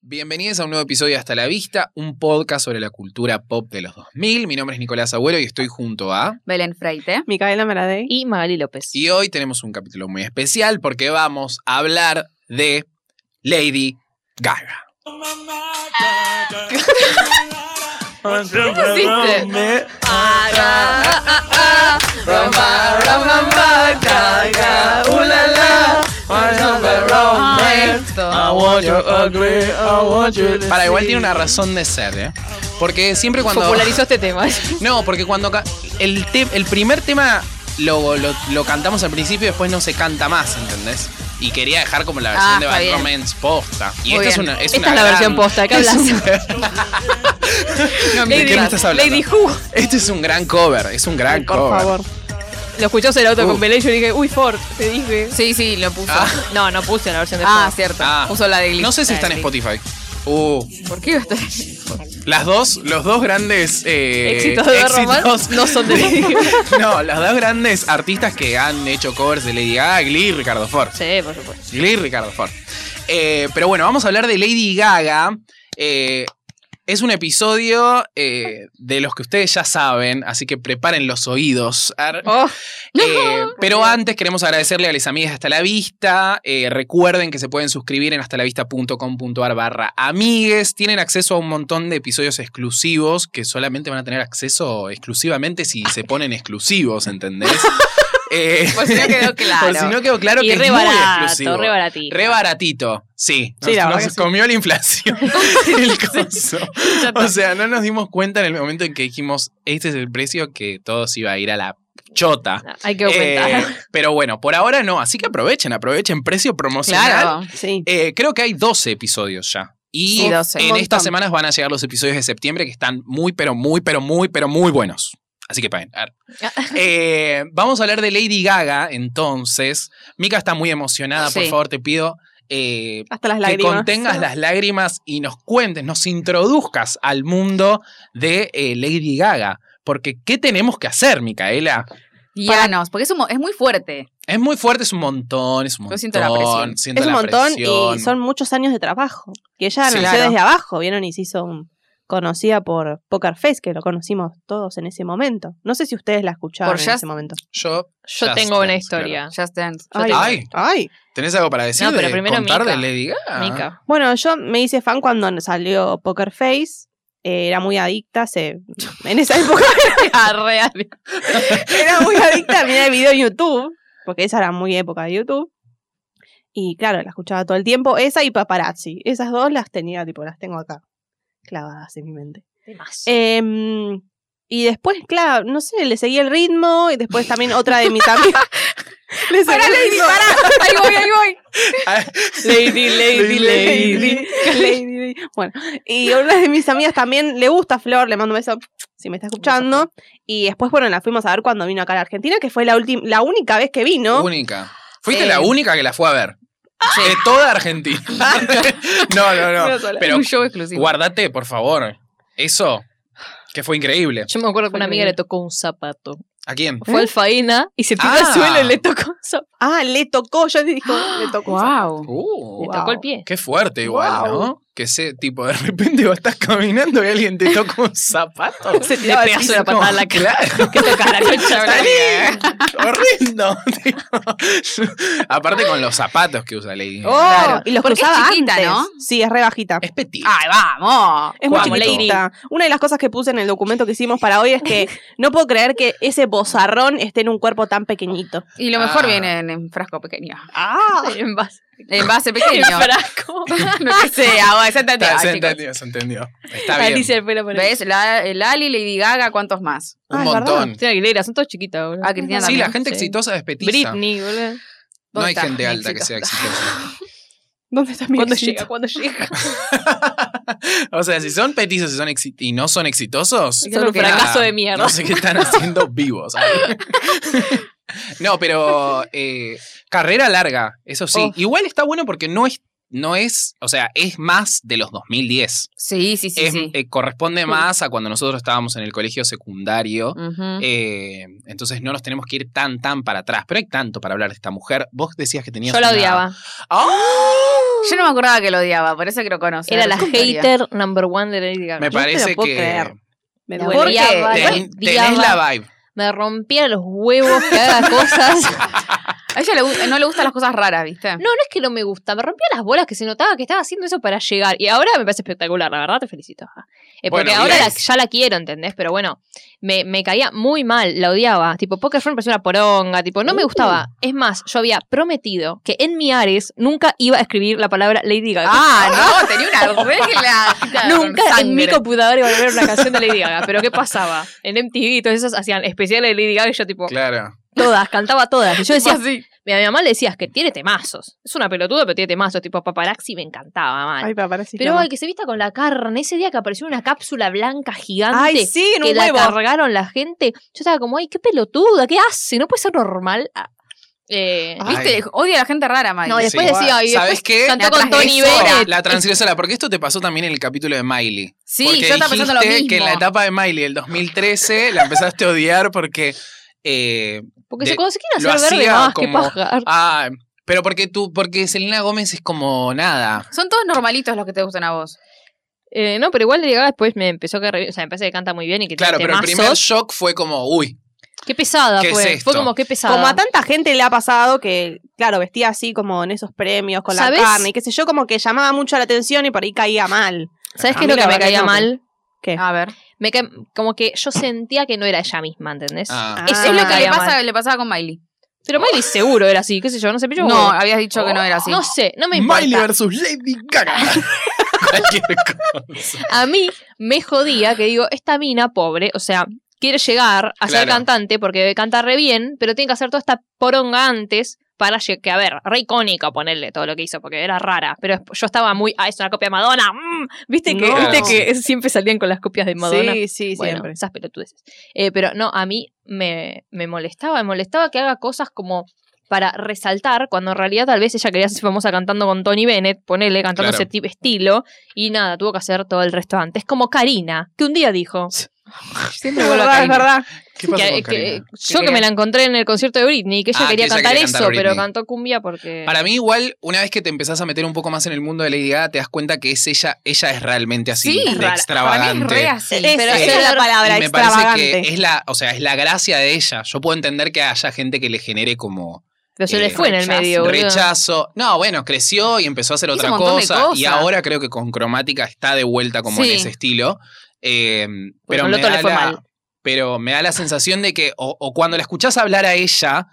Bienvenidos a un nuevo episodio de Hasta la Vista, un podcast sobre la cultura pop de los 2000. Mi nombre es Nicolás Abuelo y estoy junto a... Belén Freite Micaela Maradei. y Magali López. Y hoy tenemos un capítulo muy especial porque vamos a hablar de Lady Gaga. Para, igual tiene una razón de ser, ¿eh? Porque siempre cuando... Popularizó este tema. No, porque cuando ca- el, te- el primer tema lo, lo- lo cantamos al principio y después no se canta más, ¿entendés? Y quería dejar como la versión Ah, de está Bad bien. Romance posta. Y Muy esta es bien. una, es Esta una es la gran- versión posta, ¿de qué es hablas? una- ¿De Lady- qué me estás hablando? Lady Who. Este es un gran cover, es un gran Por cover. favor. Lo escuchó en el auto Uh. con Belén y yo dije, uy, Ford. Te dije. Sí, sí, lo puso. Ah. No, no puse la versión de Ah, Ford. cierto. Ah. Puso la de Glee. No sé si La está de en Glee. Spotify. Uh, ¿Por qué iba a estar? las dos, los dos grandes eh, Éxitos de Bad Romance no son de Lady No, los dos grandes artistas que han hecho covers de Lady Gaga, Glee y Ricardo Ford. Sí, por supuesto. Glee y Ricardo Ford. Eh, pero bueno, vamos a hablar de Lady Gaga. Eh, es un episodio eh, de los que ustedes ya saben, así que preparen los oídos. Ar- Oh, eh, pero antes queremos agradecerle a las amigas de Hasta la Vista. Eh, recuerden que se pueden suscribir en hastalavista.com.ar barra amigues. Tienen acceso a un montón de episodios exclusivos que solamente van a tener acceso exclusivamente si se ponen exclusivos, ¿entendés? Eh, Por Pues si no quedó claro. Por si no quedó claro y que re es muy barato, exclusivo. re baratito. Re baratito, sí. Sí, la nos verdad nos que sí. comió la inflación. el coso. O sea, no nos dimos cuenta en el momento en que dijimos, este es el precio que todos iba a ir a la chota. No, Hay que aumentar. Eh, pero bueno, por ahora no, así que aprovechen, aprovechen precio promocional. claro. Sí. Eh, creo que hay 12 episodios ya. Y Sí, 12. en Un estas montón. semanas van a llegar los episodios de septiembre que están muy, pero muy, pero muy, pero muy buenos. Así que paguen. A ver. Eh, vamos a hablar de Lady Gaga, entonces. Mika está muy emocionada, por Sí. favor, te pido eh, Hasta las que lágrimas. contengas las lágrimas y nos cuentes, nos introduzcas al mundo de eh, Lady Gaga. Porque, ¿qué tenemos que hacer, Micaela? Guíanos, porque es, un mo- es muy fuerte. Es muy fuerte, es un montón, es un Yo montón. siento la presión. siento Es un la montón presión. y son muchos años de trabajo. Que ella Sí. nació Claro. desde abajo, vieron y se hizo un- conocida por Poker Face, que lo conocimos todos en ese momento. No sé si ustedes la escucharon Por en Just- ese momento. Yo, Yo Just tengo una Dance, historia. Just Dance. Yo Ay. tengo- Ay, Ay. ¿tenés algo para decir? No, pero de primero contar de Mika. Lady Gaga? Mica. Bueno, yo me hice fan cuando salió Poker Face. eh, era muy adicta, se, en esa época Ah, Arre, arre. era muy adicta a mirar video en YouTube, porque esa era muy época de YouTube. Y claro, la escuchaba todo el tiempo. Esa y Paparazzi. Esas dos las tenía, tipo, las tengo acá, clavadas en mi mente. Eh, Em, y después, claro, no sé, le seguí el ritmo y después también otra de mis amigas. le seguí ¡Para, el Lady! ritmo. ¡Para! ¡Ahí voy, ahí voy! Ah. Lady, Lady, Lady. Lady, lady. Bueno, y una de mis amigas también le gusta a Flor, le mando un beso si me está escuchando. Y después, bueno, la fuimos a ver cuando vino acá a la Argentina, que fue la, última la única vez que vino. Única. Fuiste Eh. la única que la fue a ver. De toda Argentina. no, no, no. Una sola. Pero Un show exclusivo. guardate, por favor. Eso, que fue increíble. Yo me acuerdo que Fue una amiga increíble. le tocó un zapato. ¿A quién? Fue al faena y se tiró Ah. al suelo y le tocó un zapato. Ah, le tocó, yo dijo, le tocó. ¡Wow! Uh, Le Wow. tocó el pie. Qué fuerte igual, Wow. ¿no? Que ese tipo, de repente vos estás caminando y alguien te toca un zapato. Se Le tiraba al pegaste piso. una patada a la cara. Claro. Que toca la concha de la Salí. lora. Horrendo. tipo. Aparte con los zapatos que usa Lady. Oh, Claro. y los Porque es cruzaba chiquita, antes. ¿no? Sí, es re bajita. Es petit. ¡Ay, vamos! Es muy Vamos, Lady. chiquitita. Una de las cosas que puse en el documento que hicimos para hoy es que no puedo creer que ese bozarrón esté en un cuerpo tan pequeñito. Y lo mejor Ah. viene en, en frasco pequeño. En base. En base En pequeño. frasco. no que sea, vos, esa entendí. Está, Ay, se Ah, chicos. entendió, se entendió. Está bien. Alicia el pelo por ahí. ¿Ves? La, el Ali, Lady Gaga, ¿cuántos más? Un Ah, es verdad. montón. Cristina Aguilera, son todas chiquitas, boludo. Ah, Cristina Sí, también. la gente sí. exitosa es petiza. Britney, boludo. No ¿Dónde hay está? gente alta que Éxito. sea exitosa. ¿Dónde está mi ¿Cuándo éxito? llega? ¿Cuándo llega? o sea, si son petizos y, son exi- y no son exitosos, Solo Es un que fracaso nada. de mierda. no sé qué están haciendo vivos. ahí. no, pero eh, carrera larga, eso sí. Uf. Igual está bueno porque no es, no es, o sea, es más de los 2010. Sí, sí, sí. Es- sí. eh, corresponde más a cuando nosotros estábamos en el colegio secundario. Ujú. Eh, entonces no nos tenemos que ir este tan, tan para atrás. Pero hay tanto para hablar de esta mujer. Vos decías que tenías. Yo la una- odiaba. ¡Ah! Yo no me acordaba que lo odiaba, por eso que lo conocí. Era la Historia. hater number one de Lady Gaga. Me te lo parece puedo que creer. Me La duele. ¿Por qué? odiaba, la ten- tenés odiaba. la vibe. Me rompía los huevos que haga cosas. A ella le gu- no le gustan las cosas raras, ¿viste? No, no es que no me gusta, me rompía las bolas que se notaba que estaba haciendo eso para llegar. Y ahora me parece espectacular, la verdad, te felicito. Eh, porque Bueno, ahora bien. la- ya la quiero, ¿entendés? Pero bueno, me, me caía muy mal, la odiaba. Tipo, Poker Friend parecía una poronga, tipo, no me Uh. gustaba. Es más, yo había prometido que en mi Ares nunca iba a escribir la palabra Lady Gaga. Ah, no, tenía una regla. Nunca con en mi sangre. computadora iba a volver una canción de Lady Gaga. Pero ¿qué pasaba? En MTV y todos esos hacían especiales de Lady Gaga y yo tipo, Claro. todas, cantaba todas. Y yo decía, Así. y a mi mamá le decías que tiene temazos. Es una pelotuda, pero tiene temazos. Tipo, paparazzi me encantaba, mal. Ay, papá, parece pero que- ay, que se vista con la carne. Ese día que apareció una cápsula blanca gigante Ay, sí, en que un la huevo. cargaron la gente. Yo estaba como, ay, qué pelotuda, ¿qué hace? No puede ser normal. Ah. Eh, Ay. ¿Viste? Odia a la gente rara, Miley. no, después sí. decía, ay, ¿Sabes después qué? cantó La con Tony transgresora. Bennett. La transgresora, porque esto te pasó también en el capítulo de Miley. sí, Porque yo estaba pensando lo dijiste mismo. que en la etapa de Miley del 2013 la empezaste a odiar porque. eh, Porque de- se consiguieron lo hacer verde hacía más, que como- paja. ah, pero porque tú. Porque Selena Gómez es como nada. Son todos normalitos los que te gustan a vos. Eh, no, pero igual Lady Gaga después me empezó a caer bien. O sea, me parece que canta muy bien y que Claro, tiene pero el temazos. primer shock fue como, uy, Qué pesada ¿Qué es fue. esto? Fue como qué pesada. Como a tanta gente le ha pasado que, claro, vestía así como en esos premios, con ¿Sabés? la carne y qué sé yo, como que llamaba mucho la atención y por ahí caía mal. ¿Sabes A qué es mí lo que la me verdad que caía no, mal? Eh. A ver. Me cae- como que yo sentía que no era ella misma, ¿entendés? ah, Eso Ah. es lo me que le, caía mal. pasa, le pasaba con Miley. Pero Miley seguro era así, qué sé yo, no sé, pero yo No, habías dicho que no era así. no sé, no me importa. Miley versus Lady Gaga. Cualquier cosa. A mí me jodía que digo, esta mina pobre, o sea, quiere llegar a ser Claro. cantante porque canta re bien, pero tiene que hacer toda esta poronga antes para lle- que, a ver, re icónica ponerle todo lo que hizo porque era rara, pero es- yo estaba muy, ah, es una copia de Madonna. mm". ¿Viste que No. viste que es- siempre salían con las copias de Madonna? Sí, sí, Bueno, siempre. esas pelotudeces. Eh, pero no, a mí me, me molestaba, me molestaba que haga cosas como para resaltar, cuando en realidad tal vez ella quería ser famosa cantando con Tony Bennett, ponele, cantando Claro. ese tipo estilo, y nada, tuvo que hacer todo el resto antes. Como Karina, que un día dijo. Siempre Es vuelvo verdad, a es Karina. verdad. ¿Qué pasó Que- con que- Karina? yo que me la encontré en el concierto de Britney, que ella Ah, quería que ella cantar quería eso, cantar pero Britney. cantó cumbia porque... Para mí, igual, una vez que te empezás a meter un poco más en el mundo de Lady Gaga, te das cuenta que es ella, ella es realmente así, Sí, de es rara. Para mí extravagante. es re así. Esa- pero esa yo- es la palabra, Y me parece que extravagante. es la, o sea, es la gracia de ella. Yo puedo entender que haya gente que le genere como Pero se le eh, fue en el rechazo. medio, boludo. rechazo. No, bueno, creció y empezó a hacer Hizo otra un montón de cosa. Y cosas. ahora creo que con cromática está de vuelta como Sí. en ese estilo. Eh, pero Pues con me Loto le da fue la- mal. Pero me da la sensación de que, o, o cuando la escuchás hablar a ella,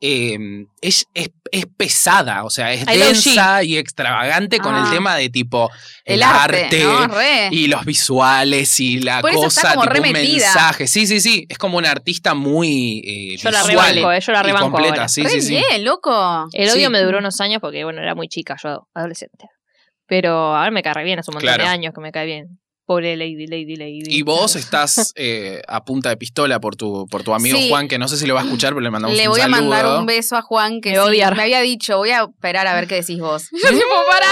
eh, es, es, es pesada, o sea, es I love densa y extravagante con Ah. el tema de tipo el, el arte, arte. No, re. y los visuales y la Por eso está cosa, como tipo re un metida. mensaje. Sí, sí, sí. Es como una artista muy eh, Yo la visual rebanco, eh, yo la y rebanco completa. ahora. Sí, Re sí, sí. bien, loco. El odio Sí. me duró unos años porque, bueno, era muy chica, yo adolescente. Pero ahora me cae re bien, hace un montón Claro. de años que me cae bien. Pobre Lady, Lady, Lady. Y vos estás eh, a punta de pistola por tu, por tu amigo Sí. Juan, que no sé si lo va a escuchar, pero le mandamos Le un voy a saludo. mandar un beso a Juan que Me sí, odiar. me había dicho, voy a esperar a ver qué decís vos. Yo tipo, pará,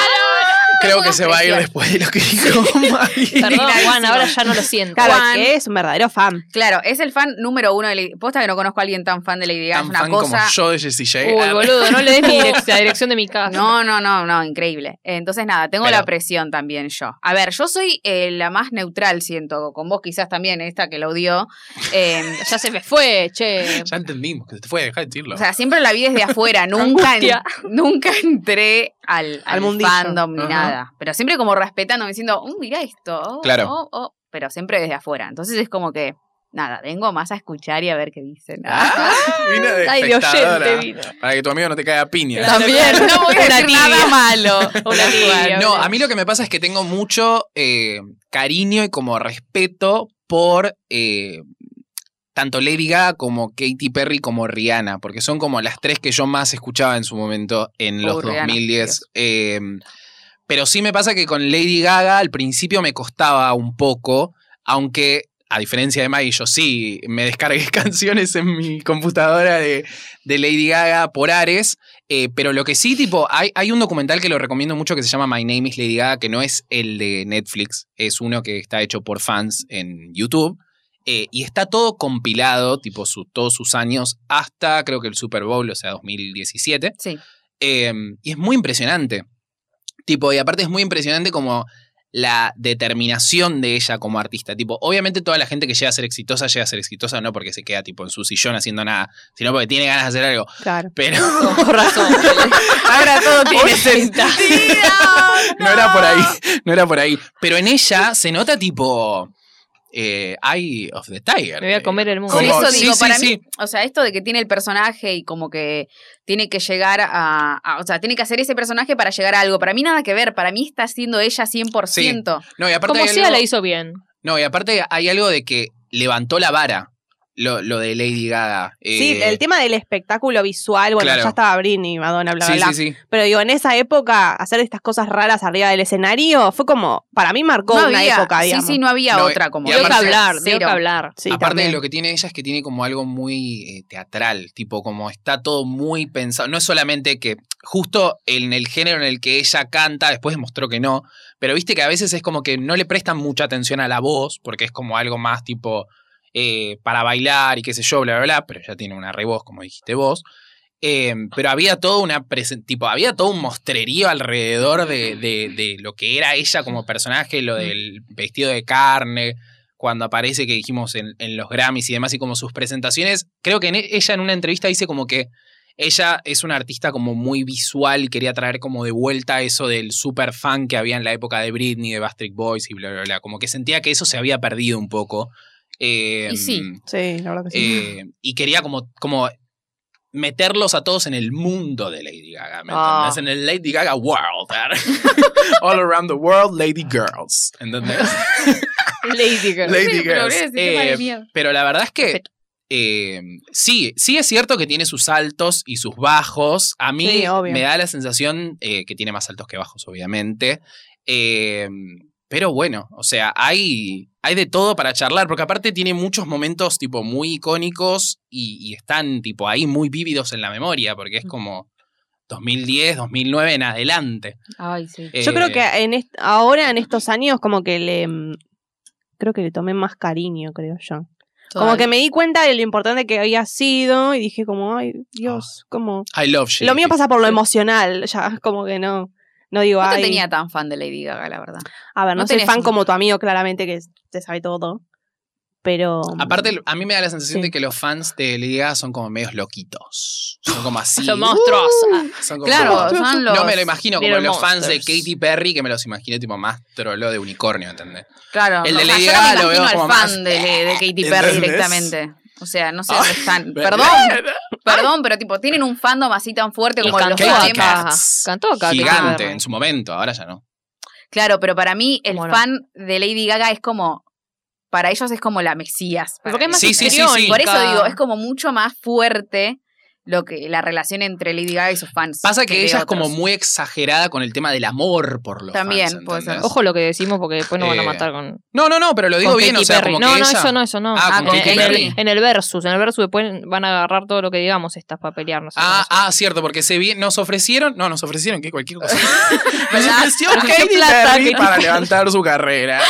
Creo que Buenas se va a ir presión. después de lo que dijo Mari. Perdón, Juan, indignadísima. ahora ya no lo siento. Claro, Juan. que es un verdadero fan. Claro, es el fan número uno de Lady Posta que no conozco a alguien tan fan de Lady Gaga. Tan Es una fan como cosa. yo de Jessie J. Uy, Ah, boludo, no le des mi direc- la dirección de mi casa. No, no, no, no, increíble. Entonces, nada, tengo Pero- la presión también yo. A ver, yo soy eh, la más neutral, siento, con vos quizás también, esta que la odió. Eh, Ya se me fue, che. ya entendimos que se te fue, deja de decirlo. o sea, siempre la vi desde afuera, nunca, en- Angustia. nunca entré al, Al al mundillo. fandom ni Ajá. nada. Pero siempre como respetando, diciendo, "Mm, mirá esto. oh, Claro. oh, oh", pero siempre desde afuera. Entonces es como que, nada, vengo más a escuchar y a ver qué dicen. Ah, vino de Ay, de oyente espectadora. vino. Para que tu amigo no te caiga a piña. También, no voy a una decir nada tibia. malo. Una tibia, No, boludo. a mí lo que me pasa es que tengo mucho eh, cariño y como respeto por eh, tanto Lady Gaga como Katy Perry como Rihanna, porque son como las tres que yo más escuchaba en su momento en los Oh, Rihanna, 2010. Dios. Eh, pero sí me pasa que con Lady Gaga al principio me costaba un poco, aunque... A diferencia de Maggie, yo sí me descargué canciones en mi computadora de, de Lady Gaga por Ares, eh, pero lo que sí, tipo, hay, hay un documental que lo recomiendo mucho que se llama My Name is Lady Gaga, que no es el de Netflix, es uno que está hecho por fans en YouTube. eh, y está todo compilado, tipo, su- todos sus años, hasta creo que el Super Bowl, o sea, 2017. Sí. Em, Eh, y es muy impresionante. Tipo, y aparte es muy impresionante como la determinación de ella como artista. Tipo, obviamente toda la gente que llega a ser exitosa llega a ser exitosa no porque se queda tipo en su sillón haciendo nada, sino porque tiene ganas de hacer algo. Claro. Pero Con razón. Ahora todo tiene sentido. no era por ahí, no era por ahí. Pero en ella se nota tipo eh, Eye of the Tiger. eh, Me voy a comer el mundo. Por Como- eso sí, digo, sí, para sí. mí, o sea, esto de que tiene el personaje y como que tiene que llegar a, a- O sea, tiene que hacer ese personaje para llegar a algo. Para mí nada que ver, para mí está siendo ella 100%. No, y aparte Como hay sea, algo- la hizo bien. No, y aparte hay algo de que levantó la vara. Lo, lo de Lady Gaga. Sí, eh, el tema del espectáculo visual, bueno, claro. ya estaba Britney, Madonna, bla, bla, Sí, bla. sí, sí. Pero digo, en esa época, hacer estas cosas raras arriba del escenario fue como, para mí marcó no una había, época, sí, digamos. sí, no había No, otra como y Dio que aparte- hablar, dio que Cero. hablar. Sí, Aparte también. de lo que tiene ella es que tiene como algo muy eh, teatral, tipo como está todo muy pensado. No es solamente que justo en el género en el que ella canta, después demostró que no, pero viste que a veces es como que no le prestan mucha atención a la voz, porque es como algo más tipo eh, para bailar y qué sé yo, bla, bla, bla, pero ella tiene una re voz, como dijiste vos. Eh, pero había todo una presen- tipo, había todo un mostrerío alrededor de, de- de lo que era ella como personaje, lo del vestido de carne, cuando aparece que dijimos en, en los Grammys y demás, y como sus presentaciones. Creo que en e- ella en una entrevista dice como que ella es una artista como muy visual y quería traer como de vuelta eso del super fan que había en la época de Britney, de Bastric Boys y bla, bla, bla. Como que sentía que eso se había perdido un poco. Eh, Y sí. Sí, la verdad que sí. eh, y quería como, como meterlos a todos en el mundo de Lady Gaga, ¿me Ah. entendés? En el Lady Gaga World. All around the world, Lady Girls. ¿Entendés? Lady Girl. Lady pero Girls. es el tema de Eh, mierda. pero la verdad es que Respeto. eh, sí, sí es cierto que tiene sus altos y sus bajos. A mí Sí, obvio. me da la sensación eh, que tiene más altos que bajos, obviamente. Eh, pero bueno, o sea, hay, hay de todo para charlar, porque aparte tiene muchos momentos tipo muy icónicos y, y están tipo ahí muy vívidos en la memoria, porque es Mm. como 2010, 2009 en adelante. Ay, sí. Yo creo Eh, que en est- ahora, en estos años, como que le... mm, Creo que le tomé más cariño, creo yo. Como que me di cuenta de lo importante que había sido y dije como, ay, Dios, Ah. como... I love you. Lo mío pasa por lo emocional, ya, como que no... No digo, No te ay, tenía tan fan de Lady Gaga, la verdad. a ver, no, no soy tenés fan un- como tu amigo, claramente, que te sabe todo, pero... Aparte, a mí me da la sensación Sí. de que los fans de Lady Gaga son como medios loquitos. Son como así. Uh, Son monstruos. Ah, Son como- Claro, son los. No me lo imagino como Little los fans de Monsters. Katy Perry, que me los imagino tipo más trolo de unicornio, ¿entendés? Claro, El de o sea, Lady yo no Gaga lo me veo imagino al como fan más- de, de Katy Perry ¿Entendés? directamente. O sea, no sé Ay, dónde están. Perdón, perdón, pero tipo, tienen un fandom así tan fuerte Y como los cantó Katy temas. Cat. acá. Cantó acá. Gigante en su momento, ahora ya no. Claro, pero para mí el ¿Cómo no? fan de Lady Gaga es como. Para ellos es como la Mesías. para Porque es mí. más Sí, sí, sí, histriónica. sí. Por eso digo, es como mucho más fuerte lo que la relación entre Lady Gaga y sus fans. Pasa que de ella es otros. como muy exagerada con el tema del amor por los También, fans. puede ser. ¿entendés? Ojo lo que decimos porque después nos van a Eh, matar con. No, no, no, pero lo digo con bien, Katy o sea, Perry. como no, que no, ella- eso no, eso no. Ah, Ah, con con Katy en, Katy Perry. el, en el versus, en el versus después van a agarrar todo lo que digamos estas para pelearnos. Ah, ah, cierto, porque se vi- nos ofrecieron, no, nos ofrecieron que cualquier cosa. nos ¿Verdad? ofreció Nos ofreció Katy plata, Perry Katy para Perry. levantar su carrera.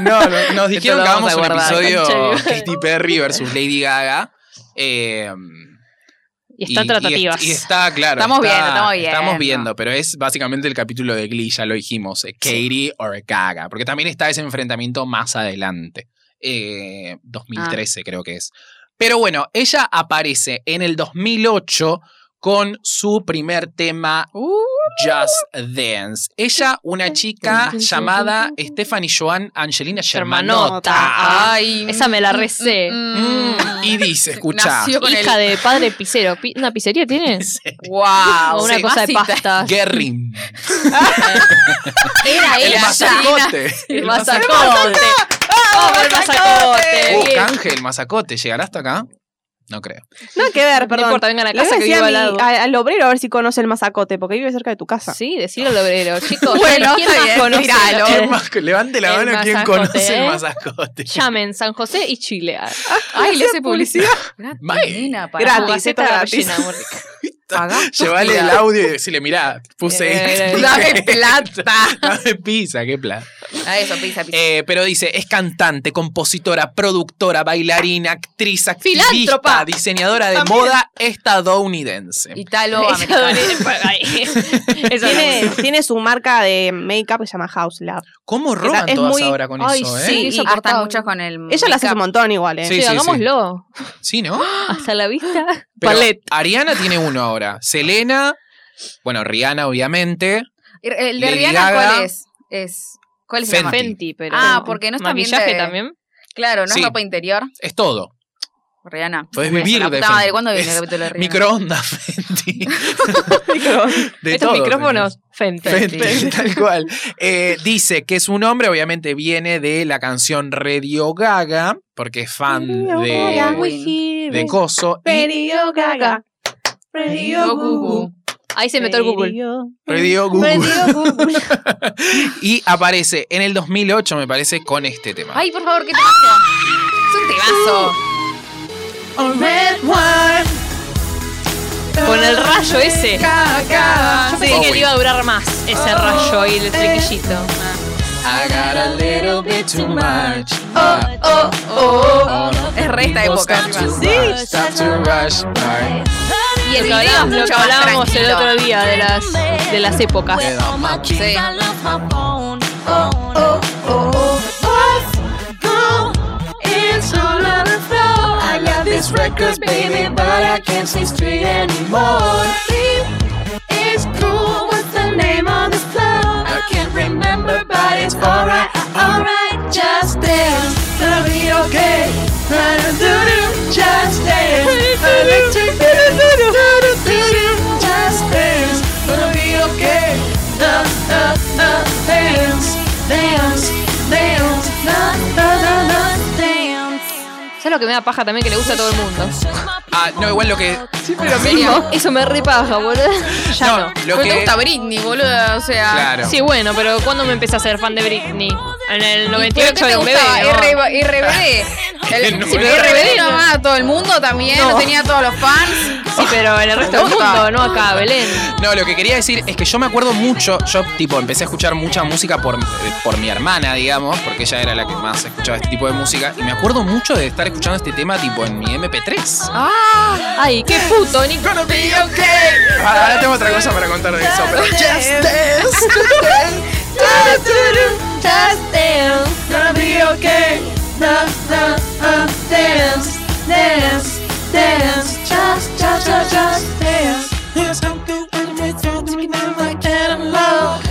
no, no, nos dijeron lo que vamos hagamos a un guardar, episodio concha. Katy Perry versus Lady Gaga. Eh, y están tratativas. ah, Y, está, claro. Estamos está- viendo, estamos viendo. Estamos viendo, pero es básicamente el capítulo de Glee, ya lo dijimos, eh, Katie or Gaga, porque también está ese enfrentamiento más adelante, eh, 2013 Ah. creo que es. Pero bueno, ella aparece en el 2008 con su primer tema Uh, Just Dance. Ella, una chica llamada Stephanie Joan Angelina Germanota. Germanota. Ay, esa me la recé. Mm, y dice, escucha. Nació con el- Hija de padre picero. Pi- ¿Una pizzería tiene? Wow, O una sí, cosa de masita. pastas. Guerrin. Era El ella. masacote. El masacote. ¡Vamos, el masacote! Oh, Bien. Ángel, masacote, ¿llegará hasta acá? No creo. No, que ver, No perdón. importa, vengan a Le voy casa a que decir vivo a al mi- lado. a- al obrero a ver si conoce el masacote, porque vive cerca de tu casa. Sí, decirle al obrero, chicos. Bueno, ¿quién está más bien, conoce? tiralo. Eh, ¿Quién más- Levante la el mano quien masacote, conoce ¿eh? el masacote. Llamen San José y Chile. Ah, Ay, le Hacía hace publicidad. May. Divina, para- Gratis, esto Fugaceta es gratis. rellena, muy rica. Pagá tu Llevarle el gira. audio y decirle, mirá, puse Eh, esto. eh, Dame plata. Dame pizza, qué plata. A eso, pizza, pizza. Eh, pero dice, es cantante, compositora, productora, bailarina, actriz, activista, Filántropa. diseñadora de También. moda estadounidense. Italo Esa doble- Esa Tiene, doble- tiene su marca de make-up que se llama House Lab. ¿Cómo roban es todas muy- ahora con Ay, eso, eh? sí. Sí, eso y hartan cortado. mucho con el. Mm, Ella la hace un make-up. montón igual, ¿eh? Sí, Che, sí, sí. hagámoslo. Sí, ¿no? Hasta la vista. Pero Palette. Ariana tiene uno ahora. Selena, bueno, Rihanna, obviamente. Y El de Lady Rihanna, Gaga. ¿cuál es? es? ¿Cuál es el Fenty. nombre? Fenty, pero. Ah, porque no es también maquillaje de- también. Claro, no Sí. es ropa interior. Es todo. Rihanna. Podés Me- vivir la de puta madre, Fenty. ¿Cuándo viene Es el capítulo de Rihanna? Microondas, Fenty. De Estos todo micrófonos, Fenty. Fenty, Fenty. tal cual. Eh, dice que es un hombre, obviamente viene de la canción Radio Gaga, porque es fan Gaga. de, de Coso. Y Radio Gaga. Radio Go Google. Gugu. Ahí se metió el Google. Radio Google. Radio Google. Y aparece en el 2008, me parece, con este tema. Ay, por favor, ¿qué te pasa? Es un tebazo. Con el rayo ese. Ah. Yo pensé que Bowie. le iba a durar más ese rayo y el flequillito. I got a little bit too much. Oh, oh, oh. Es re esta época. encima. Sí. Stop to rush. my- Y eso hablábamos, lo que hablábamos el otro día de las, de las épocas. Sí. I got these records, baby, but I can't see straight anymore. Sleep is cool. What's the name on this club? I can't remember, but it's alright, alright. Just dance, gonna be okay. Do-do, Just dance, electric. Do-do-do-do-do, Just dance, gonna be okay. Uh, uh, uh, dance, dance, dance, na, na, na, na, dance. ¿Sabes lo que me da paja también que le gusta a todo el mundo? Ah, no, igual lo que. Siempre lo mismo. Eso me repaja, boludo. Ya no. lo Pero te que. gusta Britney, boludo. O sea. Claro. Sí, bueno, pero ¿cuándo me empecé a ser fan de Britney? En el ¿Y pero 98 qué te de un bebé. gustaba? ¿no? R- RBD. El, No, sí, pero no. RBD no amaba a todo el mundo también, no. No. tenía todos los fans. Sí, pero en el resto del gusta. mundo, no acá, Belén. No, lo que quería decir es que yo me acuerdo mucho, yo tipo empecé a escuchar mucha música por, eh, por mi hermana, digamos, porque ella era la que más escuchaba este tipo de música, y me acuerdo mucho de estar escuchando este tema tipo en mi MP3. Ay, qué puto, Nico. Ah, Ahora tengo otra cosa para contar de eso, pero... Just dance. gonna be okay. Na, na, na, dance, dance, dance, just, just, just, just dance. Yes, I'm good when I'm through, to me now I get in love.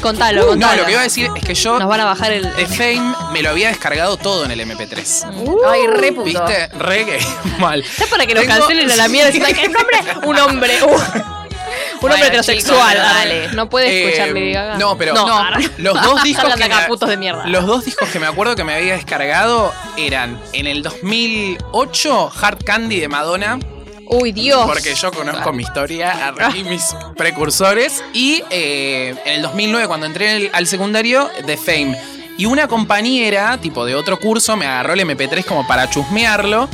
Contalo, No, contalo. lo que iba a decir es que yo Nos van a bajar el. de Fame me lo había descargado todo en el MP3. Ay, re puto. ¿Viste? Reggae. Mal. Ya para que nos Tengo- cancelen a la mierda. si saca el nombre? Un hombre. Uh. Un, un hombre heterosexual. chicos, dale. dale. No puede escuchar Eh, Lady Gaga. No, pero No, no, ahora- los dos discos Hablan que de acá, me- putos de mierda. Los dos discos que me acuerdo que me había descargado eran en el 2008 Hard Candy de Madonna, Uy, Dios. porque yo conozco mi historia arre- y mis precursores, y eh, en el 2009 cuando entré en el- al secundario The Fame. Y una compañera, tipo de otro curso, me agarró el MP3 como para chusmearlo.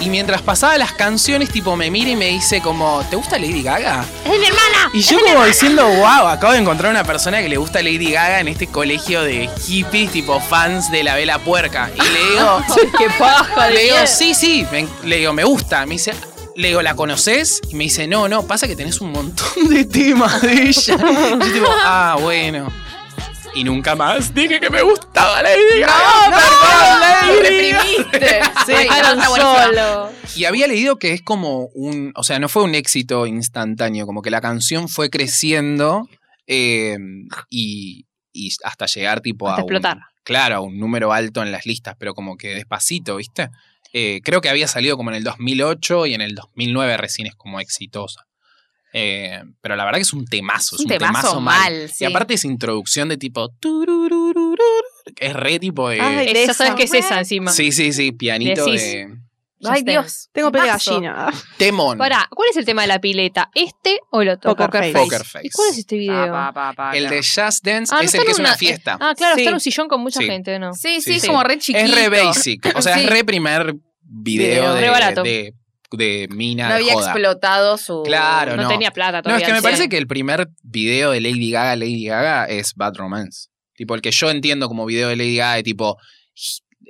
Y mientras pasaba las canciones, tipo, me mira y me dice como, ¿te gusta Lady Gaga? ¡Es mi hermana! Y yo como diciendo, wow, acabo de encontrar una persona que le gusta Lady Gaga en este colegio de hippies, tipo fans de la vela puerca. Y le digo, ¡Qué paja, le digo, Dios! sí, sí, me- le digo, me gusta. Me dice, le digo, ¿la conoces? Y me dice, no, no, pasa que tenés un montón de temas de ella. Y yo tipo, ah, bueno. Y nunca más dije que me gustaba Lady Gaga. perdón, Lady Gaga. reprimiste. Se Ay, no, dejaron está buenísima. solo. Y había leído que es como un, o sea, no fue un éxito instantáneo, como que la canción fue creciendo eh, y, y hasta llegar tipo Hasta a un- explotar. claro, a un número alto en las listas, pero como que despacito, ¿viste? Eh, creo que había salido como en el 2008 y en el 2009 recién es como exitosa. Eh, pero la verdad que es un temazo, es un temazo, mal. Y sí. aparte es introducción de tipo... turururururur, que es re tipo de... Ay, Esa, de ¿Sabes esa. qué es esa encima? sí, sí, sí, pianito Decís. de... Ay, Ya está. Dios. Tengo pena de Temazo. gallina. Temón. Pará, ¿cuál es el tema de la pileta? ¿Este o el otro? Poker Face. Poker Face. ¿Y cuál es este video? Pa, pa, pa, pa, El claro. de Just Dance Ah, no, es está el que en es una una- fiesta. Ah, claro, Sí. está en un sillón con mucha Sí. gente, ¿no? Sí, sí, Sí, es sí. como re chiquito. es re basic. O sea, Sí. es re primer video Re de, barato. de de mina. No de había joda. explotado su. Claro, no, no. tenía plata No, todavía. es que me sí. parece que el primer video de Lady Gaga, Lady Gaga, es Bad Romance. Tipo, el que yo entiendo como video de Lady Gaga de tipo.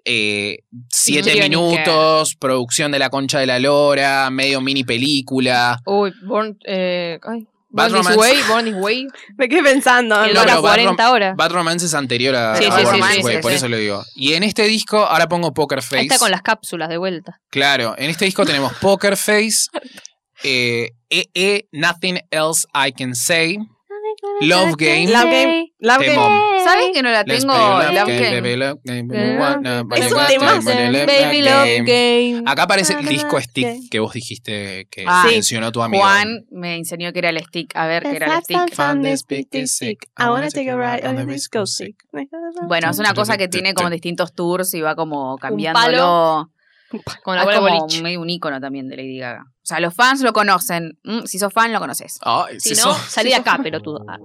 eh, siete Tío, ni minutos, producción de la concha de la lora, medio mini película. Uy, Born, eh, ay, Bad Born This Romance. Way, Born This Way, Me quedé pensando. que Ah, no, dura pero Bad 40 horas. Bad Romance es anterior a, Ah. Sí, a sí, sí, Born sí, This Way, sí, por sí. eso lo digo. Y en este disco, ahora pongo Poker Face. Ahí está con las cápsulas de vuelta. Claro, en este disco tenemos Poker Face, eh, EE, Nothing Else I Can Say, Love Game, Love Game. Love Game. Temón. ¿Saben que no la Let's tengo? play Love game, Game? baby, love game, baby, Love wanna game. play Es un what temazo. time, baby, Baby love Love game. Game. Acá aparece el Love disco game. Stick que vos dijiste que Ah, sí. mencionó tu amigo. Juan me enseñó que era el stick. A ver, Ah, que era el stick. Found this big is sick. I wanna take a ride on the disco stick. Bueno, es una cosa que tiene como distintos tours y va como cambiándolo. palo. Con Ah, la Es bola de como boliche. medio un ícono también de Lady Gaga. O sea, los fans lo conocen. Mm, si sos fan, lo conoces. Ay, Si sí, no, so- salí de acá, pelotudo. Ah,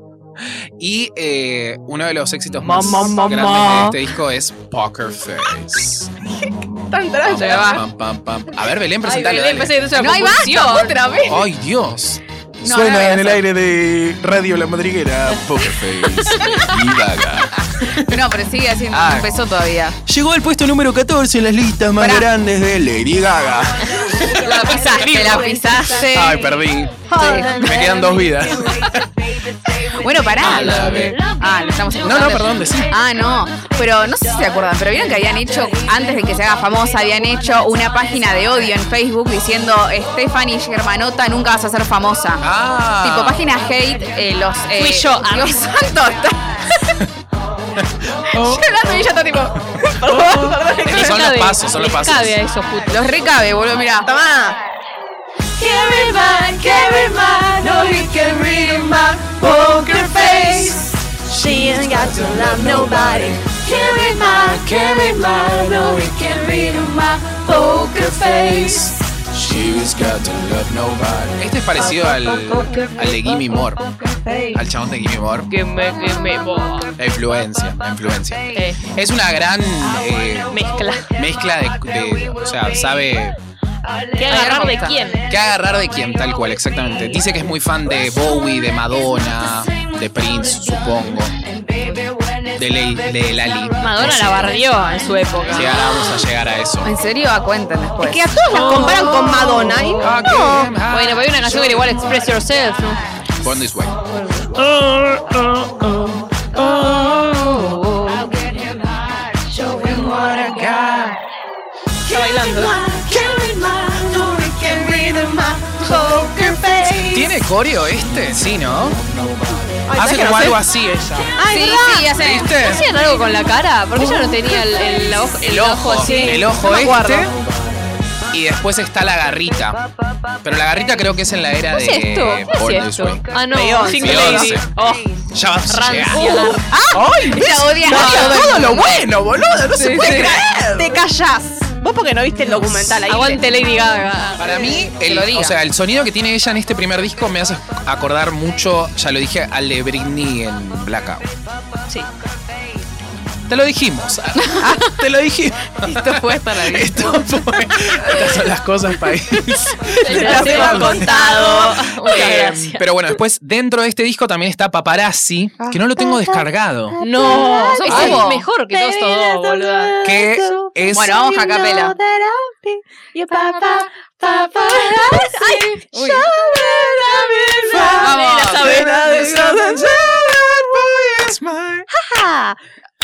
Y eh, uno de los éxitos más Ma, ma, ma, grandes ma. de este disco es Poker Face. Tan Pam, trans. ya va. pam, pam, pam, pam. A ver, Belén, presentalo. Belén, dale. parece que es una No, ahí convulsión. basta, otra vez. Ay, Dios. No, Suena no la voy a en el hacer. aire de Radio La Madriguera, Poker Face y Vaga. No, pero sigue haciendo. Ah. No empezó todavía. Llegó al puesto número 14 en las listas más Pará. grandes de Lady Gaga. La pisaste, la pisaste. Ay, perdí. Sí. Me quedan dos vidas. Bueno, pará. I love it. Ah, lo estamos escuchando. No, no, perdón, decí. Ah, no. Pero no sé si se acuerdan, pero vieron que habían hecho, antes de que se haga famosa, habían hecho una página de odio en Facebook diciendo Stephanie Germanota, nunca vas a ser famosa. Ah. Tipo página hate, eh, los. Eh, Fui yo, ah. Dios santo, está Oh. llorando y ella está tipo. Y son los pasos, son los pasos. Cabe a esos putos. Los recabe, boludo, mirá. Tomá. Carry mine, carry mine. No, he can read my poker face. She ain't got to love nobody. Carry mine, carry mine. No, he can read my poker face. Este es parecido al, al de Gimme More. Al chabón de Gimme More. Que me, que me, bo- La influencia, la influencia. eh, Es una gran eh, mezcla. mezcla de, de- O sea, sabe ¿Qué agarrar de quién? qué agarrar de quién, tal cual, exactamente. Dice que es muy fan de Bowie, de Madonna, de Prince, supongo. De, Ley- de Lali. No Madonna sé. la barrió en su época. Sí, ah. ahora vamos a llegar a eso. ¿En serio? Ah, cuentan después. Que a todos las comparan con Madonna. Y Ah, no. qué bien. Ah. Bueno, pero hay una canción que era igual Express Yourself. ¿no? Born This Way. ¿Tiene coreo este? Sí, ¿no? Hace como algo así ella. Ay, Sí, ¿verdad? sí, hacen. ¿Viste? Uh, ¿no hacían algo con la cara? Porque ella no tenía el, el ojo, el ojo así. El ojo este. Y después está la garrita. Pero la garrita creo que es en la era ¿Qué de es esto? Born ¿Qué es This esto? Way. Ah, no. Beyoncé. Single Lady. Beyoncé. Ah, Oh, Ya vas a llegar. rancia. ¡Ay! ¿ves? Ella odia Odia a todo el lo bueno, boludo. No se puede creer. Te callás. Vos porque no viste el documental ahí. Aguante Lady Gaga. Para mí, Que el, lo diga. o sea, el sonido que tiene ella en este primer disco me hace acordar mucho, ya lo dije, al de Britney en Blackout. Sí. Te lo dijimos. Ah, Te lo dijimos. Esto fue para mí. Esto fue- Estas son las cosas, país. Te las hemos contado. Muchas Eh, gracias. pero bueno, después dentro de este disco también está Paparazzi, que no lo tengo descargado. No, soy Ay. soy mejor que todos todos, boludo. Que es. Bueno, vamos a capela. Uy. Vamos.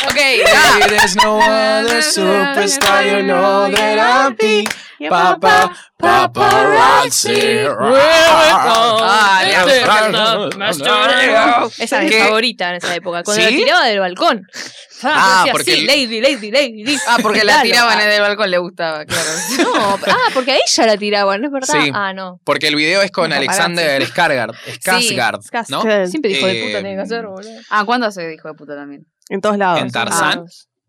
Ok, ya. There's no other superstar, you know that I'll be. Papa, paparazzi. Ah, Ah, ya. Esa es mi ¿Qué? favorita en esa época. Cuando la ¿Sí? tiraba del balcón. Ah, decía, porque Sí, el- lady, lady, lady. Ah, porque la Dale. tiraban en el balcón, le gustaba, claro. No, ah, porque a ella la tiraban, ¿no es verdad? Sí. Ah, no. Porque el video es con Paparazzi. Alexander Skarsgård, Skarsgård, ¿no? Siempre dijo de Eh, puta tiene que hacer, boludo. Ah, ¿cuándo se dijo de puta también? En todos lados. En Tarzán. Ah.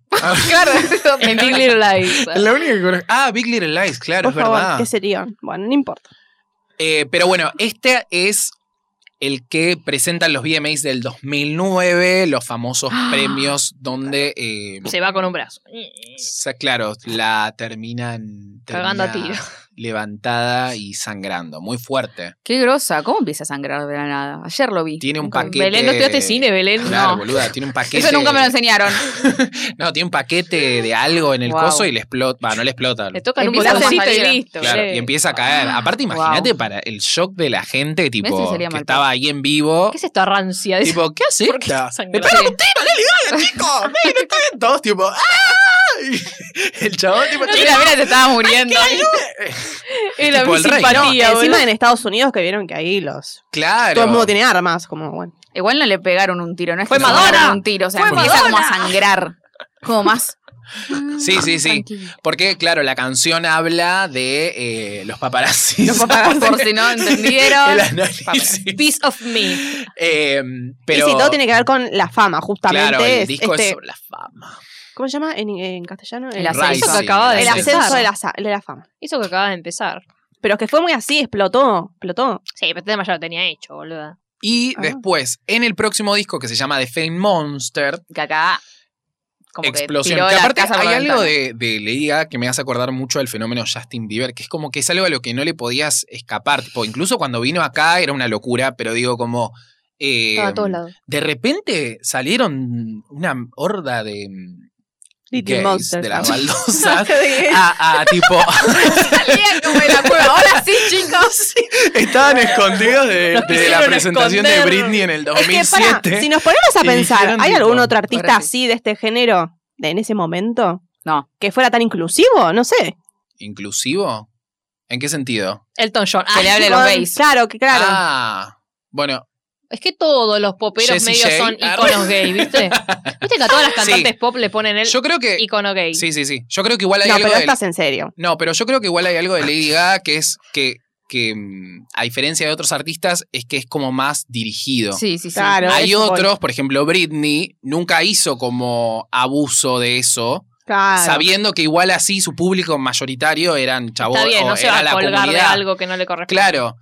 Claro. En Big Little Lies. La única que conozco- Ah, Big Little Lies, claro, Por es favor, verdad. ¿qué serían? Bueno, no importa. Eh, pero bueno, este es el que presentan los VMAs del 2009, los famosos premios donde, eh, Se va con un brazo. sa- claro, la terminan... Cagando a termina- tiro. levantada y sangrando, muy fuerte. Qué grosa. ¿Cómo empieza a sangrar de la nada? Ayer lo vi. Tiene un Nunca- paquete. Belén, no estudiaste cine, Belén. Claro, no. boluda, tiene un paquete. Eso nunca me lo enseñaron. No, tiene un paquete de algo en el Wow. coso y le explota. Va, no le explota. Le tocan un Empieza a botoncito y salir. listo. Claro, sí. y empieza a caer. Aparte, imagínate para el shock de la gente, Ah, Messi tipo, sería que mal estaba ahí en vivo. ¿Qué es esto, rancia? Tipo, ¿qué hace ¿Por qué esta? está ¡Le sangrando? pegaron un tiro, Leli, dale, chico! ¡Ven, no está bien! Todos, tipo, ¡ah! Y el chabón, tipo, Mira, mira, se estaba muriendo. Era tipo mi el rey, simpatía, boludo. Encima en Estados Unidos que vieron que ahí los. Claro. Todo el mundo tiene armas, como bueno. Igual no le pegaron un tiro, no es Fue que le pegaron Madonna. un tiro, o sea, Fue empieza como a Madonna. sangrar. Como más. Sí, sí, sí. Tranquilo. Porque, claro, la canción habla de eh, los paparazzis. Los papás, por si no entendieron. El análisis. Piece of me. Eh, pero, y si todo tiene que ver con la fama, justamente. Claro, el es disco es este- sobre la fama. ¿Cómo se llama en, en castellano? El ascenso. Rising, Eso que acaba de El Sí, ascenso claro. de la, sa- de la fama. Eso que acabas de empezar. Pero es que fue muy así, explotó, explotó. Sí, pero este tema ya lo tenía hecho, boluda. Y Ah. después, en el próximo disco que se llama The Fame Monster, Que acá. Como Explosión. Que, tiró Que la aparte casa por hay la algo ventana. de, de Lady Gaga que me hace acordar mucho al fenómeno Justin Bieber, que es como que es algo a lo que no le podías escapar. Tipo, incluso cuando vino acá era una locura, pero digo como... eh, Estaba a todos lados. de repente salieron una horda de mm, Little gays Monsters. de las baldosas Sí. a, a tipo Salían como de la cueva. Ahora sí, chicos. estaban escondidos de, Los de la quisieron presentación esconder. de Britney en el Es que, pará, 2007 si nos ponemos a y pensar, dijeron, ¿hay tipo, algún otro artista ahora sí. así de este género de- en ese momento? No. Que fuera tan inclusivo, no sé. inclusivo ¿en qué sentido? Elton John. Ah, Que le Ay, hable a los Con- gays. Claro, que claro. ah bueno Es que todos los poperos Jessie medio J. son Ah. iconos gay, ¿viste? Viste que a todas las cantantes pop le ponen el yo creo que icono gay. sí sí sí yo creo que igual hay no, algo pero del- estás en serio. No, pero yo creo que igual hay algo de Lady Gaga que es que, que mm, a diferencia de otros artistas, es que es como más dirigido. Sí, sí, sí. Claro. hay eso voy. otros, por ejemplo, Britney nunca hizo como abuso de eso, Claro. sabiendo que igual así su público mayoritario eran chavos Está bien, o no se era va a la colgar de comunidad. algo que no le corresponde. Claro.